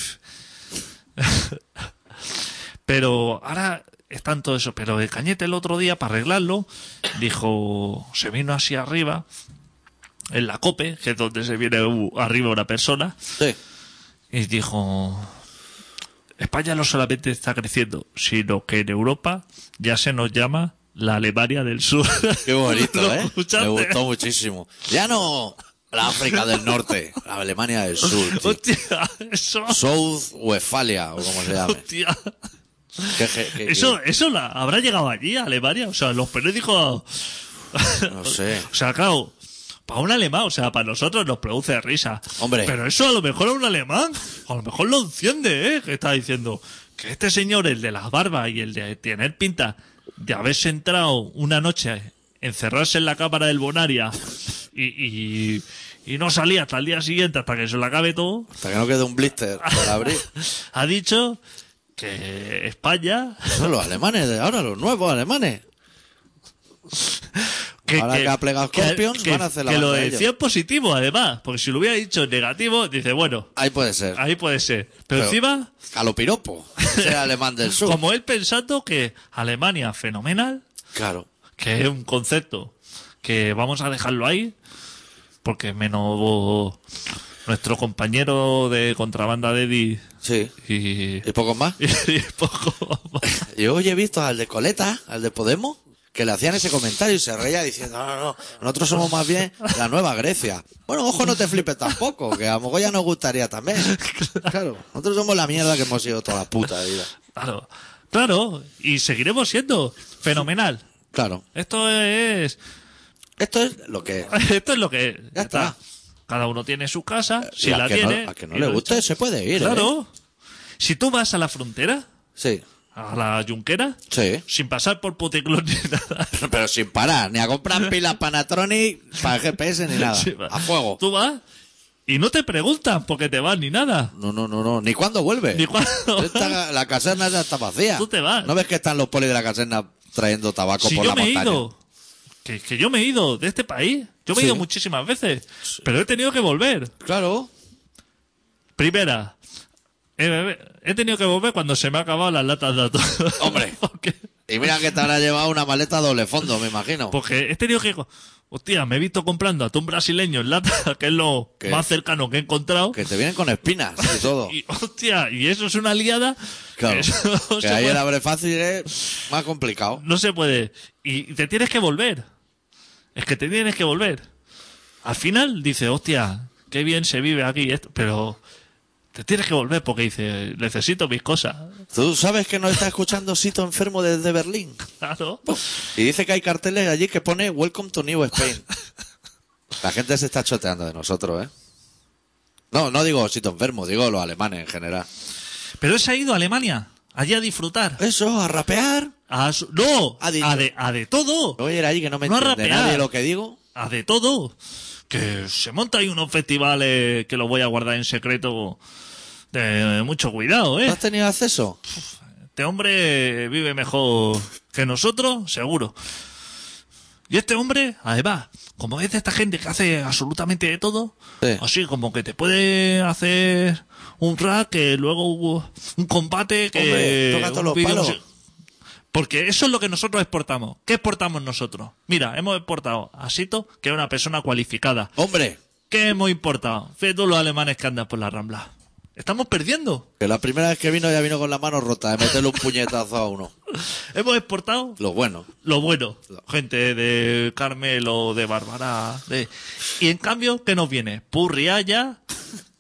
pero ahora están todo eso, pero el cañete el otro día para arreglarlo, dijo, se vino así arriba, en la cope, que es donde se viene uh, arriba una persona, Sí. y dijo, España no solamente está creciendo, sino que en Europa ya se nos llama la Alemania del Sur. Qué bonito, ¿Lo ¿eh? escuchaste? Me gustó muchísimo. Ya no la África del Norte, la Alemania del Sur. tío. Hostia, eso... South Westfalia, o como se llame. hostia. Que- que- que- Eso, eso la- habrá llegado allí, a Alemania. O sea, los periódicos. No sé. O sea, claro, para un alemán, o sea, para nosotros nos produce risa. Hombre. Pero eso a lo mejor a un alemán, a lo mejor lo enciende, ¿eh? Que está diciendo que este señor, el de las barbas y el de tener pinta de haberse entrado una noche, encerrarse en la cámara del Bonaria y. y y no salía hasta el día siguiente, hasta que se le acabe todo. Hasta que no quede un blister por abrir. Ha dicho que España Son los alemanes de ahora, los nuevos alemanes. Que, Ahora que ha plegado Scorpions, van a hacer la que banda lo ellos. decía en positivo, además. Porque si lo hubiera dicho en negativo, dice, bueno, Ahí puede ser. ahí puede ser. Pero, Pero- encima, A lo piropo. Ser alemán del sur. como él pensando que Alemania fenomenal, Claro. que es un concepto que vamos a dejarlo ahí, porque menos nuestro compañero de contrabanda de Eddie Sí. y, ¿Y pocos más? y poco más. Yo hoy he visto al de Coleta, al de Podemos, que le hacían ese comentario y se reía diciendo, no, no, no, nosotros somos más bien la nueva Grecia. Bueno, ojo, no te flipes tampoco, que a lo mejor ya nos gustaría también. Claro, nosotros somos la mierda que hemos sido toda la puta vida. Claro, claro, y seguiremos siendo fenomenal. Claro, Esto es esto es lo que es. Esto es lo que es. Ya está. Cada uno tiene su casa, si Y a la que tiene. no, a que no y le lo guste echa. se puede ir. ¿eh? Claro. Si tú vas a la frontera, Sí, a la yunquera, sí. sin pasar por puticlón ni nada. Pero sin parar, ni a comprar pilas Panatronic para GPS ni nada. sí, va. A fuego. Tú vas y no te preguntan por qué te vas ni nada. No, no, no, no. Ni cuándo vuelve. Ni cuándo. Esta- la caserna ya está vacía. Tú te vas. ¿No ves que están los polis de la caserna trayendo tabaco si por yo la me he montaña? ido, que, que yo me he ido de este país, yo me he Sí. ido muchísimas veces, pero he tenido que volver. Claro. Primera, he, he tenido que volver cuando se me han acabado las latas de atún. Hombre. Porque- Y mira que te habrá llevado una maleta doble fondo, me imagino. Porque he tenido que. Hostia, me he visto comprando atún brasileño en lata, que es lo ¿Qué? más cercano que he encontrado. Que te vienen con espinas y todo. Y hostia, y eso es una liada. Claro. Eso no, que se ahí puede, el abre fácil es más complicado. no se puede. Y te tienes que volver. Es que te tienes que volver. Al final dice, hostia, qué bien se vive aquí, esto, pero te tienes que volver porque dice, necesito mis cosas. Tú sabes que nos está escuchando Sito enfermo desde Berlín. Claro. Y dice que hay carteles allí que pone Welcome to New Spain. La gente se está choteando de nosotros, ¿eh? No, no digo Sito enfermo, digo los alemanes en general. Pero él se ha ido a Alemania, allí a disfrutar. Eso, a rapear. A su- ¡No! Ha dicho. a, de, a de todo. Voy a ir ahí que no me No a entiende rapear. nadie lo que digo. a de todo. Que se monta ahí unos festivales que los voy a guardar en secreto. De mucho cuidado, ¿No ¿eh? has tenido acceso? Este hombre vive mejor que nosotros, seguro. Y este hombre, además, como es de esta gente que hace absolutamente de todo, Sí. así como que te puede hacer un rack, que luego hubo un combate que... Hombre, toca todos un los vídeo palos. music- Porque eso es lo que nosotros exportamos. ¿Qué exportamos nosotros? Mira, hemos exportado a Sito, que es una persona cualificada. Hombre, ¿Qué hemos importado? Fíjate tú los alemanes que andan por la rambla. Estamos perdiendo. que la primera vez que vino ya vino con la mano rota de meterle un puñetazo a uno. Hemos exportado Lo bueno. lo bueno. Gente de Carmelo, de Bárbara. De... Y en cambio, ¿qué nos viene? Purrialla,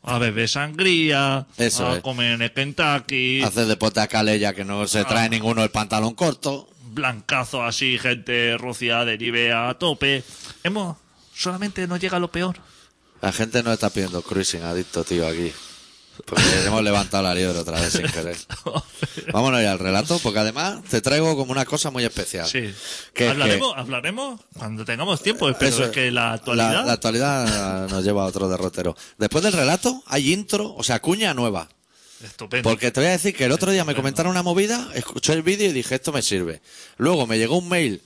a beber sangría, Eso a es. comer en el Kentucky, Hacer deporte a Calella que no Ah. se trae ninguno el pantalón corto. blancazo así, gente rociada de Nivea a tope. Hemos... Solamente nos llega lo peor. La gente no está pidiendo cruising adicto, tío, aquí. Porque hemos levantado la liebre otra vez sin querer. Vámonos ya al relato, porque además te traigo como una cosa muy especial. Sí. Que es hablaremos, hablaremos cuando tengamos tiempo. Pero Eso es que la actualidad... La, la actualidad nos lleva a otro derrotero. Después del relato hay intro, o sea, cuña nueva. Estupendo. Porque te voy a decir que el otro día me comentaron una movida, escuché el vídeo y dije, esto me sirve. Luego me llegó un mail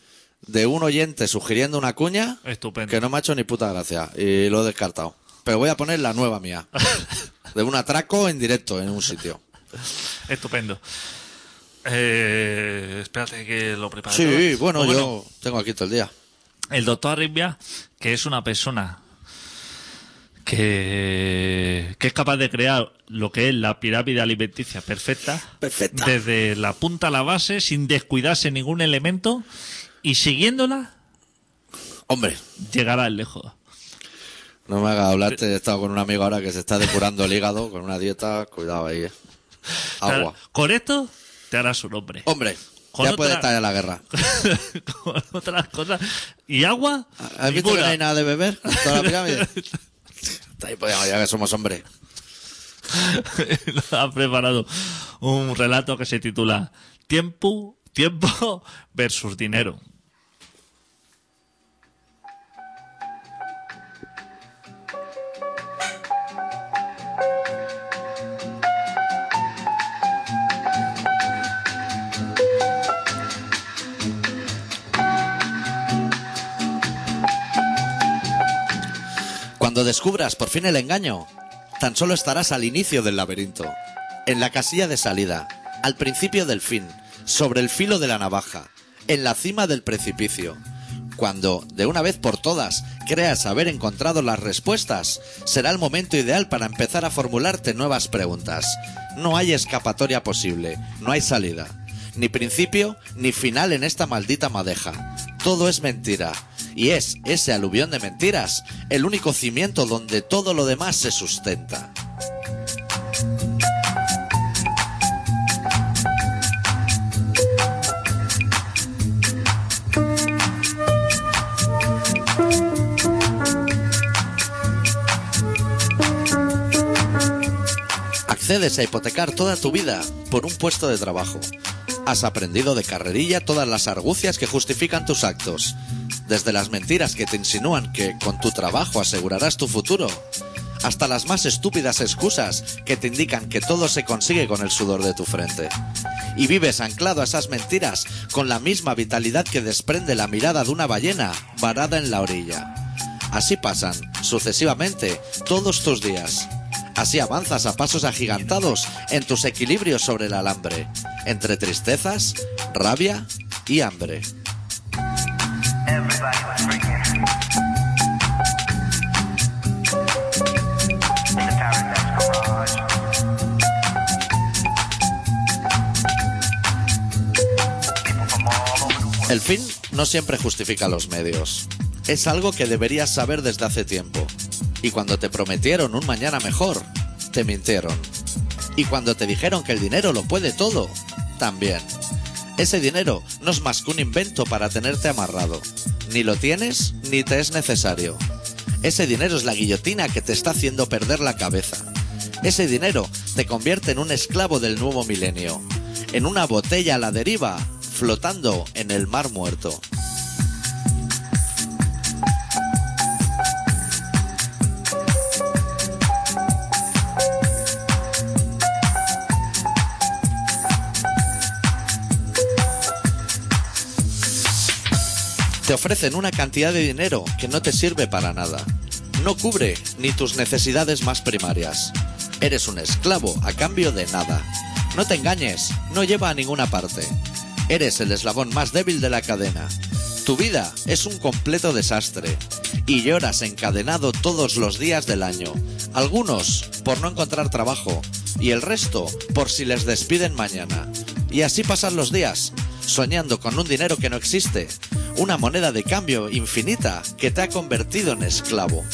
de un oyente sugiriendo una cuña Estupendo. que no me ha hecho ni puta gracia y lo he descartado. Pero voy a poner la nueva mía. De un atraco en directo en un sitio. Estupendo. Eh, espérate que lo prepare. Sí, todo. bueno, O yo tengo aquí todo el día. El doctor Arribia, que es una persona que, que es capaz de crear lo que es la pirámide alimenticia perfecta. Perfecta. Desde la punta a la base, sin descuidarse ningún elemento. Y siguiéndola, Hombre, llegará lejos. no me hagas hablarte. He estado con un amigo ahora que se está depurando el hígado con una dieta. Cuidado ahí, eh. Agua. Oh. Te hará- Con esto te hará su nombre. Hombre, Con ya otra- puede estar en la guerra. Con otras cosas. Y agua, ¿Has visto que no ninguna. hay nada de beber? en Toda la pirámide. Hasta Ahí podemos ya que somos hombres. ha preparado un relato que se titula Tiempo, tiempo versus dinero. Cuando descubras por fin el engaño, tan solo estarás al inicio del laberinto, en la casilla de salida, al principio del fin, sobre el filo de la navaja, en la cima del precipicio. Cuando, de una vez por todas, creas haber encontrado las respuestas, será el momento ideal para empezar a formularte nuevas preguntas. No hay escapatoria posible, no hay salida. Ni principio ni final en esta maldita madeja. Todo es mentira. Y es ese aluvión de mentiras el único cimiento donde todo lo demás se sustenta. Accedes a hipotecar toda tu vida por un puesto de trabajo. Has aprendido de carrerilla todas las argucias que justifican tus actos, desde las mentiras que te insinúan que con tu trabajo asegurarás tu futuro, hasta las más estúpidas excusas que te indican que todo se consigue con el sudor de tu frente. Y vives anclado a esas mentiras con la misma vitalidad que desprende la mirada de una ballena varada en la orilla. Así pasan, sucesivamente, todos tus días. Así avanzas a pasos agigantados en tus equilibrios sobre el alambre, entre tristezas, rabia y hambre. Everybody was freaking. In the paradise garage. People from all over the world. El fin no siempre justifica los medios. Es algo que deberías saber desde hace tiempo. Y cuando te prometieron un mañana mejor, te mintieron. Y cuando te dijeron que el dinero lo puede todo, también. Ese dinero no es más que un invento para tenerte amarrado. Ni lo tienes, ni te es necesario. Ese dinero es la guillotina que te está haciendo perder la cabeza. Ese dinero te convierte en un esclavo del nuevo milenio, en una botella a la deriva, flotando en el mar muerto. te ofrecen una cantidad de dinero que no te sirve para nada. No cubre ni tus necesidades más primarias. Eres un esclavo a cambio de nada. No te engañes, no lleva a ninguna parte. Eres el eslabón más débil de la cadena. Tu vida es un completo desastre y lloras encadenado todos los días del año. Algunos por no encontrar trabajo y el resto por si les despiden mañana. Y así pasan los días, soñando con un dinero que no existe, una moneda de cambio infinita que te ha convertido en esclavo.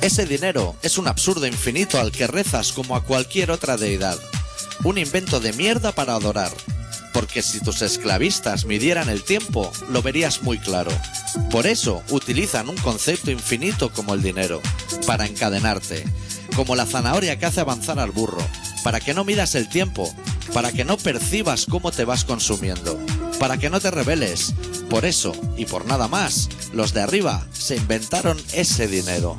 Ese dinero es un absurdo infinito al que rezas como a cualquier otra deidad. Un invento de mierda para adorar. Porque si tus esclavistas midieran el tiempo, lo verías muy claro. Por eso utilizan un concepto infinito como el dinero, para encadenarte. Como la zanahoria que hace avanzar al burro, para que no midas el tiempo, para que no percibas cómo te vas consumiendo, para que no te rebeles. Por eso, y por nada más, los de arriba se inventaron ese dinero.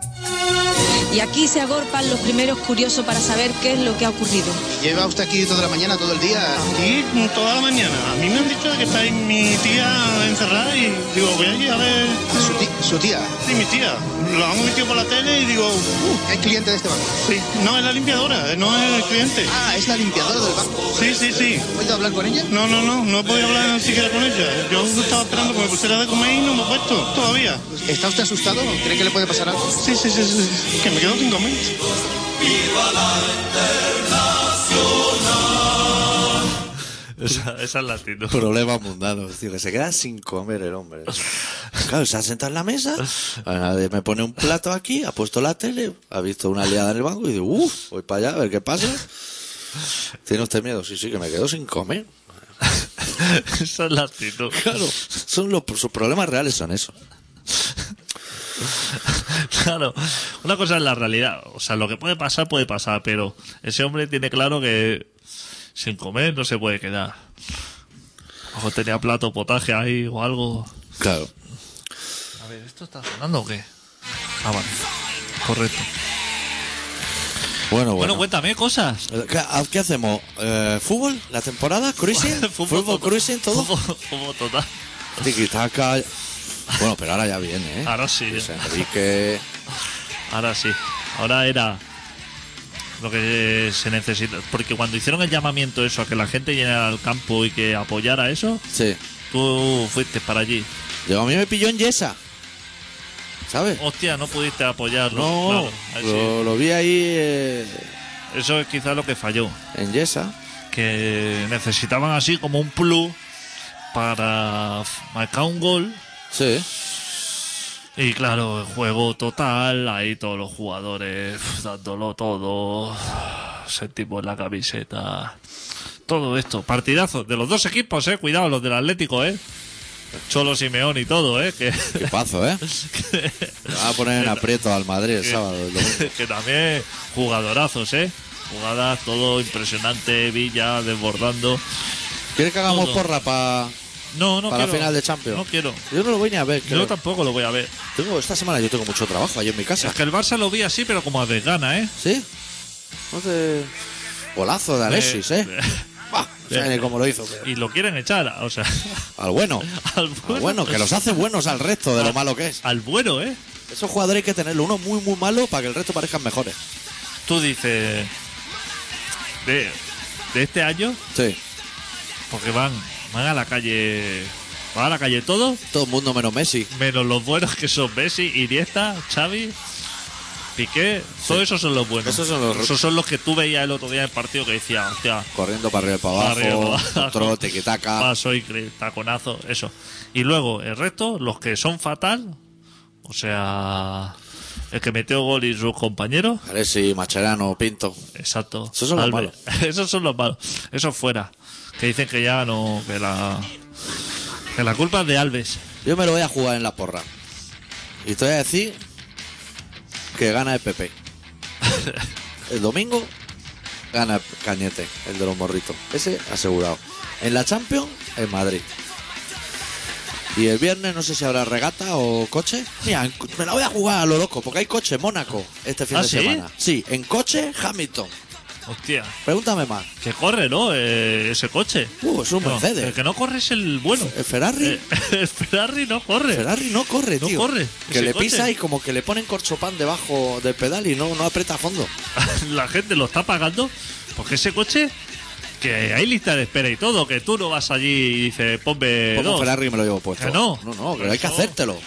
Y aquí se agorpan los primeros curiosos para saber qué es lo que ha ocurrido. Lleva usted aquí toda la mañana, todo el día. Aquí toda la mañana. A mí me han dicho que está ahí mi tía encerrada y digo, voy allí a ver. Su, ti- su tía Sí, mi tía. Lo han metido por la tele y digo, uh, es cliente de este banco. sí. No, es la limpiadora, no es el cliente. Ah, es la limpiadora del banco. Sí, sí, sí. ¿Has vuelto a hablar con ella? No, no, no, no he podido hablar ni siquiera con ella. Yo estaba esperando que me pusiera de comer y no me he puesto todavía. ¿Está usted asustado? ¿Cree que le puede pasar algo? Sí, sí, sí, sí. Que me quedo sin comer. Esa, esa es la actitud. Problema mundano, tío, que se queda sin comer el hombre. Claro, se ha sentado en la mesa, a nadie me pone un plato aquí, ha puesto la tele, ha visto una liada en el banco y dice, uff, voy para allá a ver qué pasa. ¿Tiene usted miedo? Sí, sí, que me quedo sin comer. Esa es la actitud. Claro, son los, sus problemas reales son esos. Claro, una cosa es la realidad. O sea, lo que puede pasar, puede pasar, pero ese hombre tiene claro que sin comer no se puede quedar. Ojo, tenía plato, potaje ahí o algo. Claro. A ver, ¿esto está sonando o qué? Ah, vale. Correcto. Bueno, Bueno, bueno. cuéntame cosas. ¿Qué, a- qué hacemos? Eh, ¿Fútbol? ¿La temporada? ¿Cruising? ¿Fútbol, total. cruising, todo? Fútbol, fútbol total. Tiki-taka. Bueno, pero ahora ya viene, ¿eh? Ahora sí, Luis Enrique. ahora sí. Ahora era lo que se necesita. Porque cuando hicieron el llamamiento eso, a que la gente llenara el campo y que apoyara eso, Sí. tú fuiste para allí. Yo, a mí me pilló en Yesa. ¿Sabes? Hostia, no pudiste apoyarlo. No, Oh, Claro, ahí sí. lo, lo vi ahí eh, Eso es quizá lo que falló. en Yesa. Que necesitaban así como un plus para f- marcar un gol. Sí. Y claro, el juego total, ahí todos los jugadores uf, dándolo todo, sentimos en la camiseta, todo esto, partidazos de los dos equipos, eh, cuidado, los del Atlético, eh, Cholo Simeón y todo, eh, que, Equipazo, ¿eh? Le Va a poner en aprieto al Madrid el sábado. el domingo. que también jugadorazos, eh, jugadas, todo impresionante, Villa desbordando. ¿Quieres que hagamos Todo. porra para No, no la quiero. final de Champions? No quiero. Yo no lo voy ni a ver. creo. Yo tampoco lo voy a ver. Tengo, esta semana yo tengo mucho trabajo ahí en mi casa. Es que el Barça lo vi así, pero como a desgana, ¿eh? ¿Sí? No te... Golazo de Alexis, ¿eh? Bah, no sé ni cómo lo hizo. pero- Y lo quieren echar, o sea, Al bueno. al Al Ah, bueno, Ah. que los hace buenos al resto de lo malo que es. Al bueno, ¿eh? Esos jugadores hay que tenerlo. Uno muy, muy malo para que el resto parezcan mejores. Tú dices. De, de este año, Sí. porque van, van a la calle. Van a la calle todos, Todo el mundo menos Messi. menos los buenos que son Messi, Iniesta, Xavi, Piqué. Todos esos son los buenos. Esos son los- Esos son los que tú veías el otro día en el partido que decía, hostia. Corriendo para arriba y para abajo. Arriba, abajo. Otro tiquitaca. Paso increíble, taconazo, eso. Y luego el resto, los que son fatal, o sea, el que metió gol y sus compañeros, Alexis, Macherano, Pinto. exacto. Esos son los Albert. Esos son los malos. Esos fuera. Que dicen que ya no, que la Que la culpa es de Alves. Yo me lo voy a jugar en la porra. Y te voy a decir que gana el PP. el domingo gana el Cañete, el de los morritos. Ese asegurado. En la Champions, en Madrid. Y el viernes no sé si habrá regata o coche. Mira, en- me la voy a jugar a lo loco, porque hay coche en Mónaco este fin ¿Ah, de sí? semana. Sí, en coche Hamilton. Hostia. Pregúntame más. Que corre, ¿no? Eh, ese coche. Uh, es un No, Mercedes. El que no corre es el bueno. El Ferrari. Eh, el Ferrari no corre. Ferrari no corre, No tío. corre, Que ese le coche. pisa y como que le ponen corchopán debajo del pedal y no, no aprieta a fondo. la gente lo está pagando porque ese coche que hay lista de espera y todo, que tú no vas allí y dices, ponme Pongo un Pues dos, Ferrari y me lo llevo puesto. Que no. No, no, pero hay que Eso. hacértelo.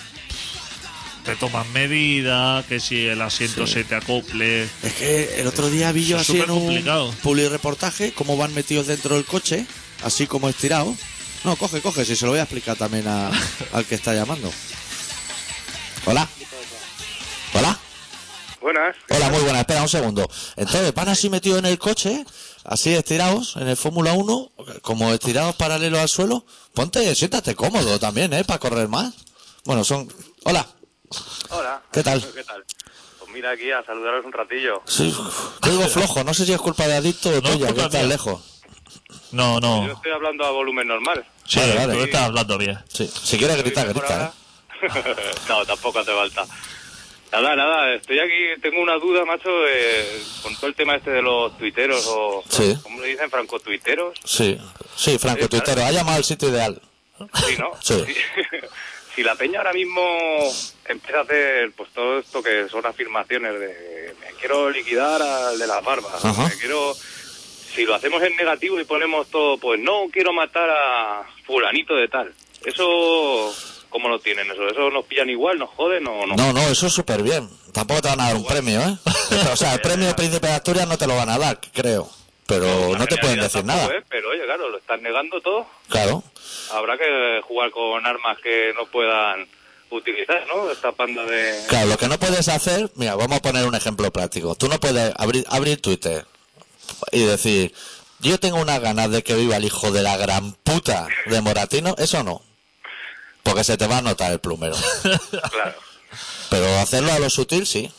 te tomas medidas, que si el asiento se te acople. Es que el otro día vi yo Es así en supercomplicado. un publireportaje cómo van metidos dentro del coche, así como estirados. No, coge, coge, si se lo voy a explicar también a- al que está llamando. Hola. Hola. Buenas. Hola, muy buena. Espera un segundo. Entonces, van así metidos en el coche, así estirados, en el Fórmula 1, como estirados paralelos al suelo. Ponte, siéntate cómodo también, ¿eh? Para correr más. Bueno, son... Hola. Hola. ¿Qué tal? ¿Qué tal? Pues mira aquí a saludaros un ratillo. Sí, código flojo. No sé si es culpa de adicto o No, tuya, que culpa estás mía. lejos. No, Yo no. estoy hablando a volumen normal. Sí, Vale, vale. tú estás hablando bien. Sí. Si quieres gritar, Por grita. ¿eh? ahora. no, tampoco hace falta. Nada, nada, estoy aquí, tengo una duda, macho, de- con todo el tema este de los tuiteros o... Sí. ¿Cómo le dicen? ¿Francotuiteros? Sí. Sí, Franco, Sí, claro. tuitero. Ha llamado al sitio ideal. Sí, ¿no? Sí. si la peña ahora mismo empieza a hacer pues todo esto que son afirmaciones de me quiero liquidar al de las barbas, Ajá. me quiero si lo hacemos en negativo y ponemos todo pues no quiero matar a fulanito de tal. Eso ¿cómo lo tienen eso? Eso nos pillan igual, nos joden o no. No, no, eso es súper bien. Tampoco te van a dar un premio, ¿eh? O sea, el premio Príncipe de Asturias no te lo van a dar, creo. Pero La no te pueden generalidad decir tampoco, nada. ¿eh? Pero oye, claro, lo están negando todo. Claro. Habrá que jugar con armas que no puedan utilizar, ¿no? Esta panda de Claro, lo que no puedes hacer, mira, vamos a poner un ejemplo práctico. Tú no puedes abrir, abrir Twitter y decir, yo tengo unas ganas de que viva el hijo de la gran puta de Moratino, eso no. Porque se te va a notar el plumero. claro. Pero hacerlo a lo sutil, sí.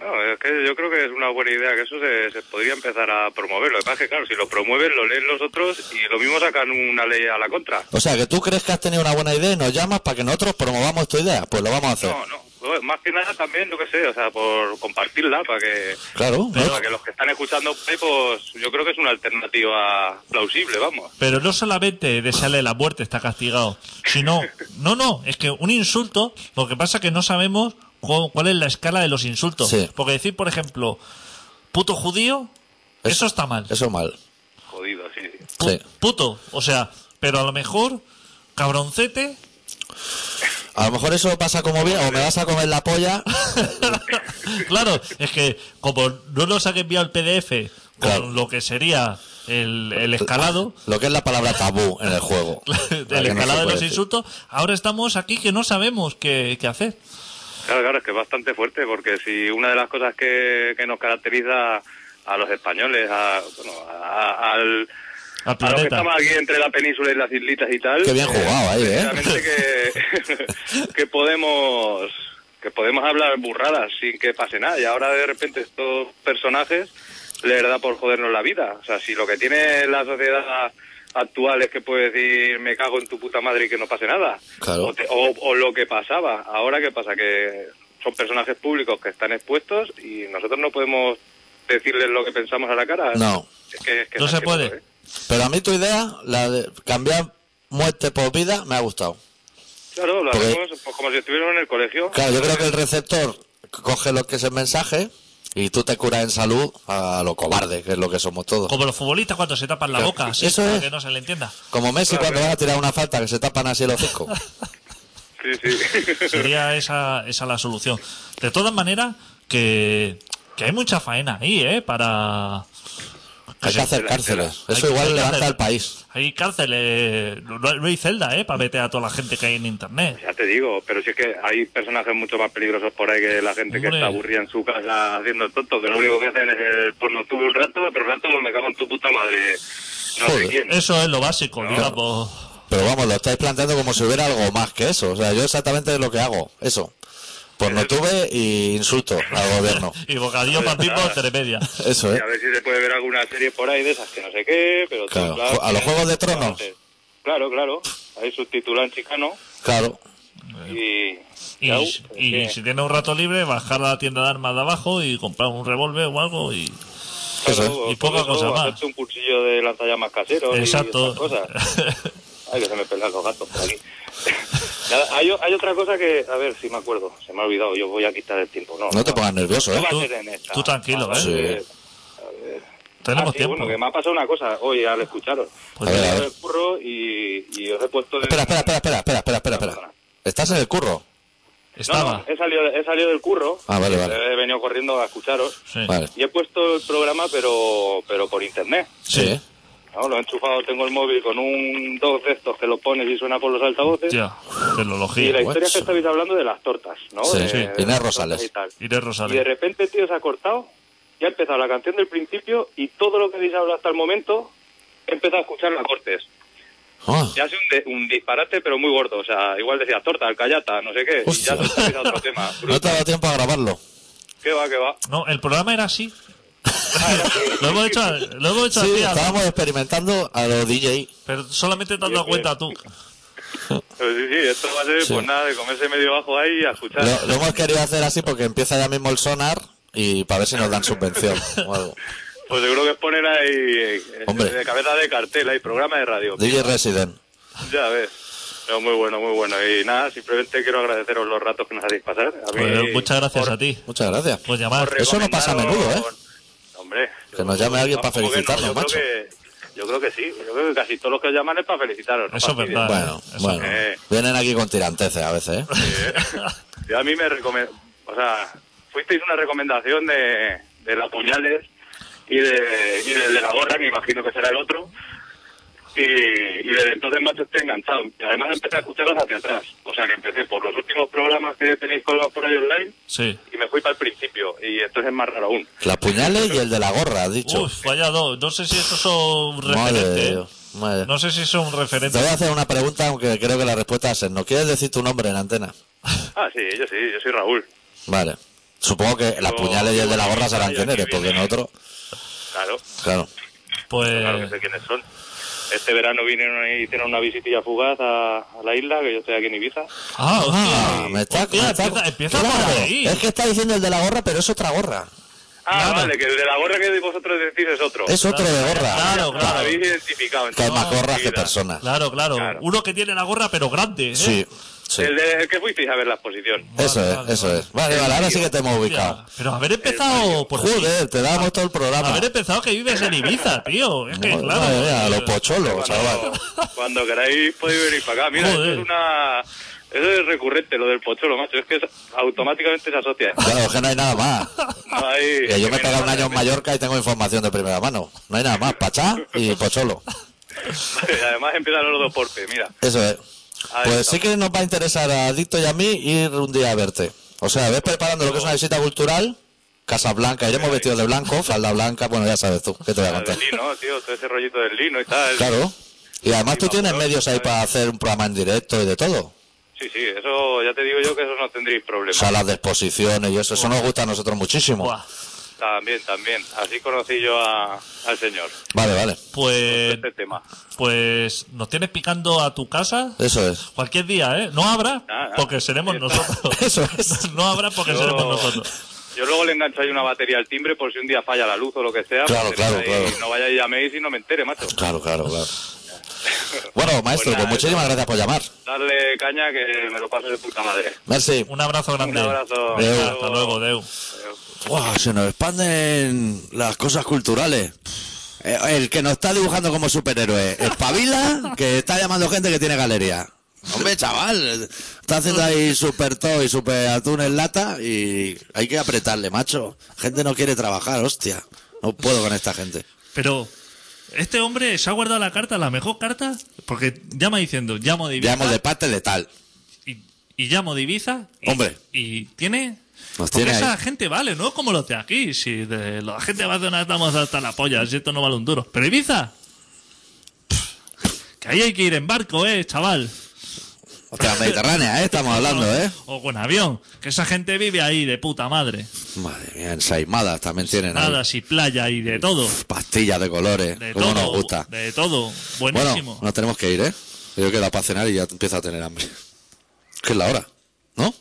No, es que yo creo que es una buena idea que eso se, se podría empezar a promover. Lo que pasa es que, claro, si lo promueven, lo leen los otros y lo mismo sacan una ley a la contra. O sea, que tú crees que has tenido una buena idea y nos llamas para que nosotros promovamos tu idea. Pues lo vamos a hacer. No, no. Pues, Más que nada también, yo qué sé, o sea, por compartirla para que, Claro, ¿no? para que los que están escuchando, por ahí, pues yo creo que es una alternativa plausible, vamos. Pero no solamente desearle la muerte está castigado, sino, no, no, es que un insulto, lo que pasa es que no sabemos cu- cuál es la escala de los insultos. Sí. Porque decir, por ejemplo, puto judío, Es- eso está mal. Eso mal. Jodido, sí. sí. Pu- Sí. Puto, o sea, pero a lo mejor, cabroncete, A lo mejor eso pasa como bien, o me vas a comer la polla. claro, es que como no nos han enviado el PDF con Claro. lo que sería el, el escalado, Lo que es la palabra tabú en el juego. La que el no se escalado puede de los decir. insultos, ahora estamos aquí que no sabemos qué, qué hacer. Claro, claro, es que es bastante fuerte, porque si una de las cosas que, que nos caracteriza a los españoles, a, bueno, a- al... Al A los que planeta. estamos aquí entre la península y las islitas y tal. Qué bien jugado ahí, ¿eh? Realmente que, que podemos que podemos hablar burradas sin que pase nada y ahora de repente estos personajes les da por jodernos la vida o sea si lo que tiene la sociedad actual es que puede decir me cago en tu puta madre y que no pase nada Claro. o, te- o- o lo que pasaba ahora qué pasa que son personajes públicos que están expuestos y nosotros no podemos decirles lo que pensamos a la cara No. Es que- es que No es se asqueroso, puede. ¿eh? Pero a mí tu idea, la de cambiar muerte por vida, me ha gustado. Claro, lo Porque- hacemos pues, como si estuviéramos en el colegio. Claro, yo creo que el receptor coge lo que es el mensaje y tú te curas en salud a lo cobarde, que es lo que somos todos. Como los futbolistas cuando se tapan la Claro. boca, así, Eso para es. que no se le entienda. Como Messi cuando va a tirar una falta que se tapan así el hocico. Sí, sí. Sería esa, esa la solución. De todas maneras, que, que hay mucha faena ahí, ¿eh? Para... Hay que hacer cárceles. Eso igual levanta al país. Hay cárceles, no, no hay celda, ¿eh? Para meter a toda la gente que hay en internet. ya te digo, pero si es que hay personajes mucho más peligrosos por ahí que la gente que Hombre. está aburrida en su casa haciendo el tonto, que lo único que hacen es el porno tú un rato, pero un rato me cago en tu puta madre. No Joder. sé quién. Eso es lo básico, digamos. Pero vamos, lo estáis planteando como si hubiera algo más que eso. O sea, yo exactamente lo que hago, eso. Eh, Pues no tuve y insulto al gobierno. Y bocadillo para ti por entremedia. Eso, Y ¿eh? a ver si se puede ver alguna serie por ahí de esas que no sé qué, pero... tú, Claro, a los Juegos de Tronos. Claro, claro. Ahí subtitulan chicano Claro. y... Y, Claro, y sí. si tienes un rato libre, bajar a la tienda de armas de abajo y comprar un revólver o algo y... Eso es. Claro, Y poca todo cosa eso, más. hacerte un cursillo de lanzallamas casero y Exacto. esas cosas. Ay, que se me pelan los gatos por aquí. Nada, hay, o- hay otra cosa que, a ver si me acuerdo, se me ha olvidado, yo voy a quitar el tiempo. No, No te pongas nervioso, No ¿eh? va Tú- a ser en esta. tú tranquilo, Ah, ¿eh? Sí. eh, Tenemos ah, sí, tiempo. Bueno, que me ha pasado una cosa hoy al escucharos. Pues A ver, He a ido ver. del curro y, y os he puesto... en- Espera, espera, espera, espera, espera, espera, espera, espera. ¿Estás en el curro? No, Estaba. no, he salido, he salido del curro. Ah, vale, vale. He venido corriendo a escucharos. Sí. Vale. Y he puesto el programa, pero, pero por internet. Sí. ¿eh? Sí. No, lo he enchufado, tengo el móvil con un dos de estos que lo pones y suena por los altavoces. Ya. Y la Tecnología. historia es que guacho. estabais hablando de las tortas, ¿no? Sí, De- sí. de Inés las Rosales. tortas Iré Y, tal. Y de Rosales. repente el tío se ha cortado, ya ha empezado la canción del principio y todo lo que habéis hablado hasta el momento he empezado a escuchar las cortes. Ah, Ya hace un, de- un disparate, pero muy gordo. O sea, igual decía torta, alcayata, no sé qué. Y Hostia. ya saltáis a otro tema. no te ha dado tiempo a grabarlo. ¿Qué va, qué va? No, el programa era así. lo hemos hecho, lo hemos hecho Sí, así, así. estábamos experimentando a los DJ. Pero solamente te has dado Sí, cuenta tú. Pero sí, sí, esto va a ser, pues nada, de comerse medio bajo ahí y a escuchar. Lo, lo hemos querido hacer así porque empieza ya mismo el sonar y para ver si nos dan subvención o algo. Pues seguro que poner ahí eh, Hombre. de cabeza de cartel, ahí programa de radio. DJ Resident. Ya ves. No, muy bueno, muy bueno. Y nada, simplemente quiero agradeceros los ratos que nos hacéis pasar. A mí, Pues, muchas gracias a ti. Muchas gracias. Pues llamar. os Eso no pasa a menudo, ¿eh? Hombre. Que nos llame alguien para Tampoco que felicitarnos, yo macho. Creo que, yo creo que sí. Yo creo que casi todos los que os llaman es para felicitaros. no Eso es fastidies. verdad. Bueno, Eso bueno. no. Vienen aquí con tiranteces a veces, ¿eh? Y a mí me recomendó... O sea, fuisteis una recomendación de, de la puñales y de, y del de la gorra, que imagino que será el otro. Y, y desde entonces, macho, estoy enganchado. Y además empecé a escucharlos hacia atrás. O sea, que empecé por los últimos programas que tenéis colgados por ahí online Sí. y me fui para el principio. Y entonces es más raro aún. Las puñales y el de la gorra, has dicho. Uf, vaya dos. No sé si eso es un madre de referente. Dios. ¿eh? Madre. No sé si eso es un Te referente. voy a hacer una pregunta, aunque creo que la respuesta es no. ¿Quieres decir tu nombre en antena? Ah, sí, yo sí, yo soy Raúl. Vale. Supongo que las Yo- puñales y el de la gorra serán yo quién aquí eres, porque vine. nosotros... Claro, Claro. claro que Pues sé quiénes son. Este verano vinieron y hicieron una visitilla fugaz a, a la isla, que yo estoy aquí en Ibiza. Ah, Ah, hostia. me está... Hostia, me está- empieza- empieza Claro, por ahí. Es que está diciendo el de la gorra, pero es otra gorra. Ah, Claro. vale, que el de la gorra que vosotros decís es otro. Es otro de gorra. Claro, Lo claro. habéis identificado. Que hay entonces. más gorras que Mira. personas. Claro, claro, Claro. Uno que tiene la gorra, pero grande. ¿eh? Sí, sí. El, de- el que fuisteis a ver la exposición. Eso Vale, es, vale, eso es. Vale, vale, ahora sí que te hemos ubicado. Hostia, Pero haber empezado por aquí. Eh, Joder, te damos todo el programa. Haber empezado que vives en Ibiza, tío. Es que, Madre claro. mía, a los pocholos, chaval. Cuando, cuando queráis podéis venir para acá. Mira, Joder. eso es una... Eso es recurrente, lo del pocholo, macho. Es que es- automáticamente se asocia. ¿eh? Claro, es que no hay nada más. No hay- Que yo me he que pegado un no- año en Mallorca y tengo información de primera mano. No hay nada más. Pachá y pues Pocholo. Además empiezan los dos portes, mira. Eso es. Ahí Pues está. sí que nos va a interesar a Adicto y a mí ir un día a verte. O sea, ves preparando lo que es una visita cultural. Casa Blanca, iremos vestidos de blanco, falda blanca, bueno, ya sabes tú, ¿qué te voy a Ah, contar? Del lino, tío, todo ese rollito del lino y tal. Claro. Y además tú Sí, tienes vamos, medios ahí para hacer un programa en directo y de todo. Sí, sí, eso ya te digo yo que eso no tendréis problema. Salas de exposiciones y eso, eso nos gusta a nosotros muchísimo. Buah, También, también. Así conocí yo a- al señor. Vale, vale. Pues, este tema. pues nos tienes picando a tu casa Eso es. cualquier día, ¿eh? No habrá, Nada. porque seremos nosotros. Eso es. No habrá porque Yo- seremos nosotros. Yo luego le engancho ahí una batería al timbre por si un día falla la luz o lo que sea. Claro, pues claro, tenéis ahí- claro. No vaya y llaméis y no me entere, macho. Claro, claro, claro. Bueno, maestro, Pues nada, pues muchísimas gracias por llamar. Darle caña que me lo paso de puta madre. Merci. Un abrazo grande. Un abrazo. Deu. Venga, Hasta luego, Deu. Buah, se nos expanden las cosas culturales. Eh, El que nos está dibujando como superhéroe, espabila, que está llamando gente que tiene galería. Hombre, chaval, está haciendo ahí super todo y super atún en lata y hay que apretarle, macho. Gente no quiere trabajar, hostia. No puedo con esta gente. Pero, ¿este hombre se ha guardado la carta, la mejor carta? Porque llama diciendo, llamo de Ibiza. Llamo de parte de tal. y, y llamo de Ibiza. y- Hombre. Y tiene. Nos porque tiene esa ahí. gente vale, ¿no? Como los de aquí. Si de la gente de Barcelona estamos hasta la polla, si esto no vale un duro. Pero Ibiza. pff, Que Que ahí hay que ir en barco, eh, chaval. Hostia, Mediterránea, ¿eh? Estamos hablando, ¿eh? O con avión. Que esa gente vive ahí de puta madre. Madre mía, ensaimadas también tienen ahí. Nada, si playa y de todo. Pastillas de colores, De como todo. nos gusta. De todo. Bueno, Buenísimo. nos tenemos que ir, ¿eh? Yo queda para cenar y ya empiezo a tener hambre. Que es la hora, ¿no?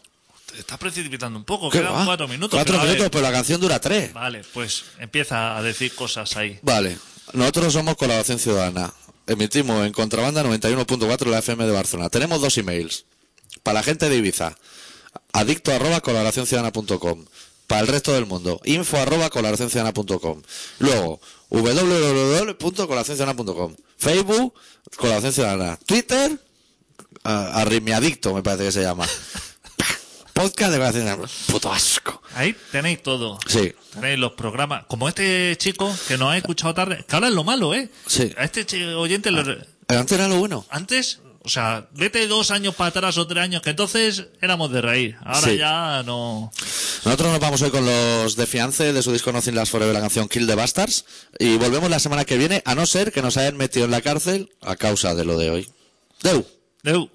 Te estás precipitando un poco. ¿Qué Quedan va? cuatro minutos. Cuatro pero a ver. minutos, pero la canción dura tres. Vale, pues empieza a decir cosas ahí. Vale, nosotros somos Colaboración Ciudadana. Emitimos en contrabanda 91.4 de la FM de Barcelona. Tenemos dos emails. Para la gente de Ibiza, adicto arroba colaboracionciudadana.com. Para el resto del mundo, info arroba colaboracionciudadana.com. Luego, www.colaboracionciudadana.com. Facebook, Colaboración Ciudadana. Twitter, a- arritmiadicto me parece que se llama. Podcast de Colaboración Ciudadana. Puto asco. Ahí tenéis todo. Sí. Eh, Tenéis los programas. Como este chico que nos ha escuchado tarde. Que ahora es lo malo, ¿eh? Sí. A este chi- oyente lo- Antes era lo bueno. Antes, o sea, vete dos años para atrás o tres años, que entonces éramos de reír. Ahora Sí. ya no. Nosotros nos vamos hoy con los de Fiance de su disco Nothing Last Forever, la canción Kill the Bastards. Y volvemos la semana que viene, a no ser que nos hayan metido en la cárcel a causa de lo de hoy. Deu. Deu.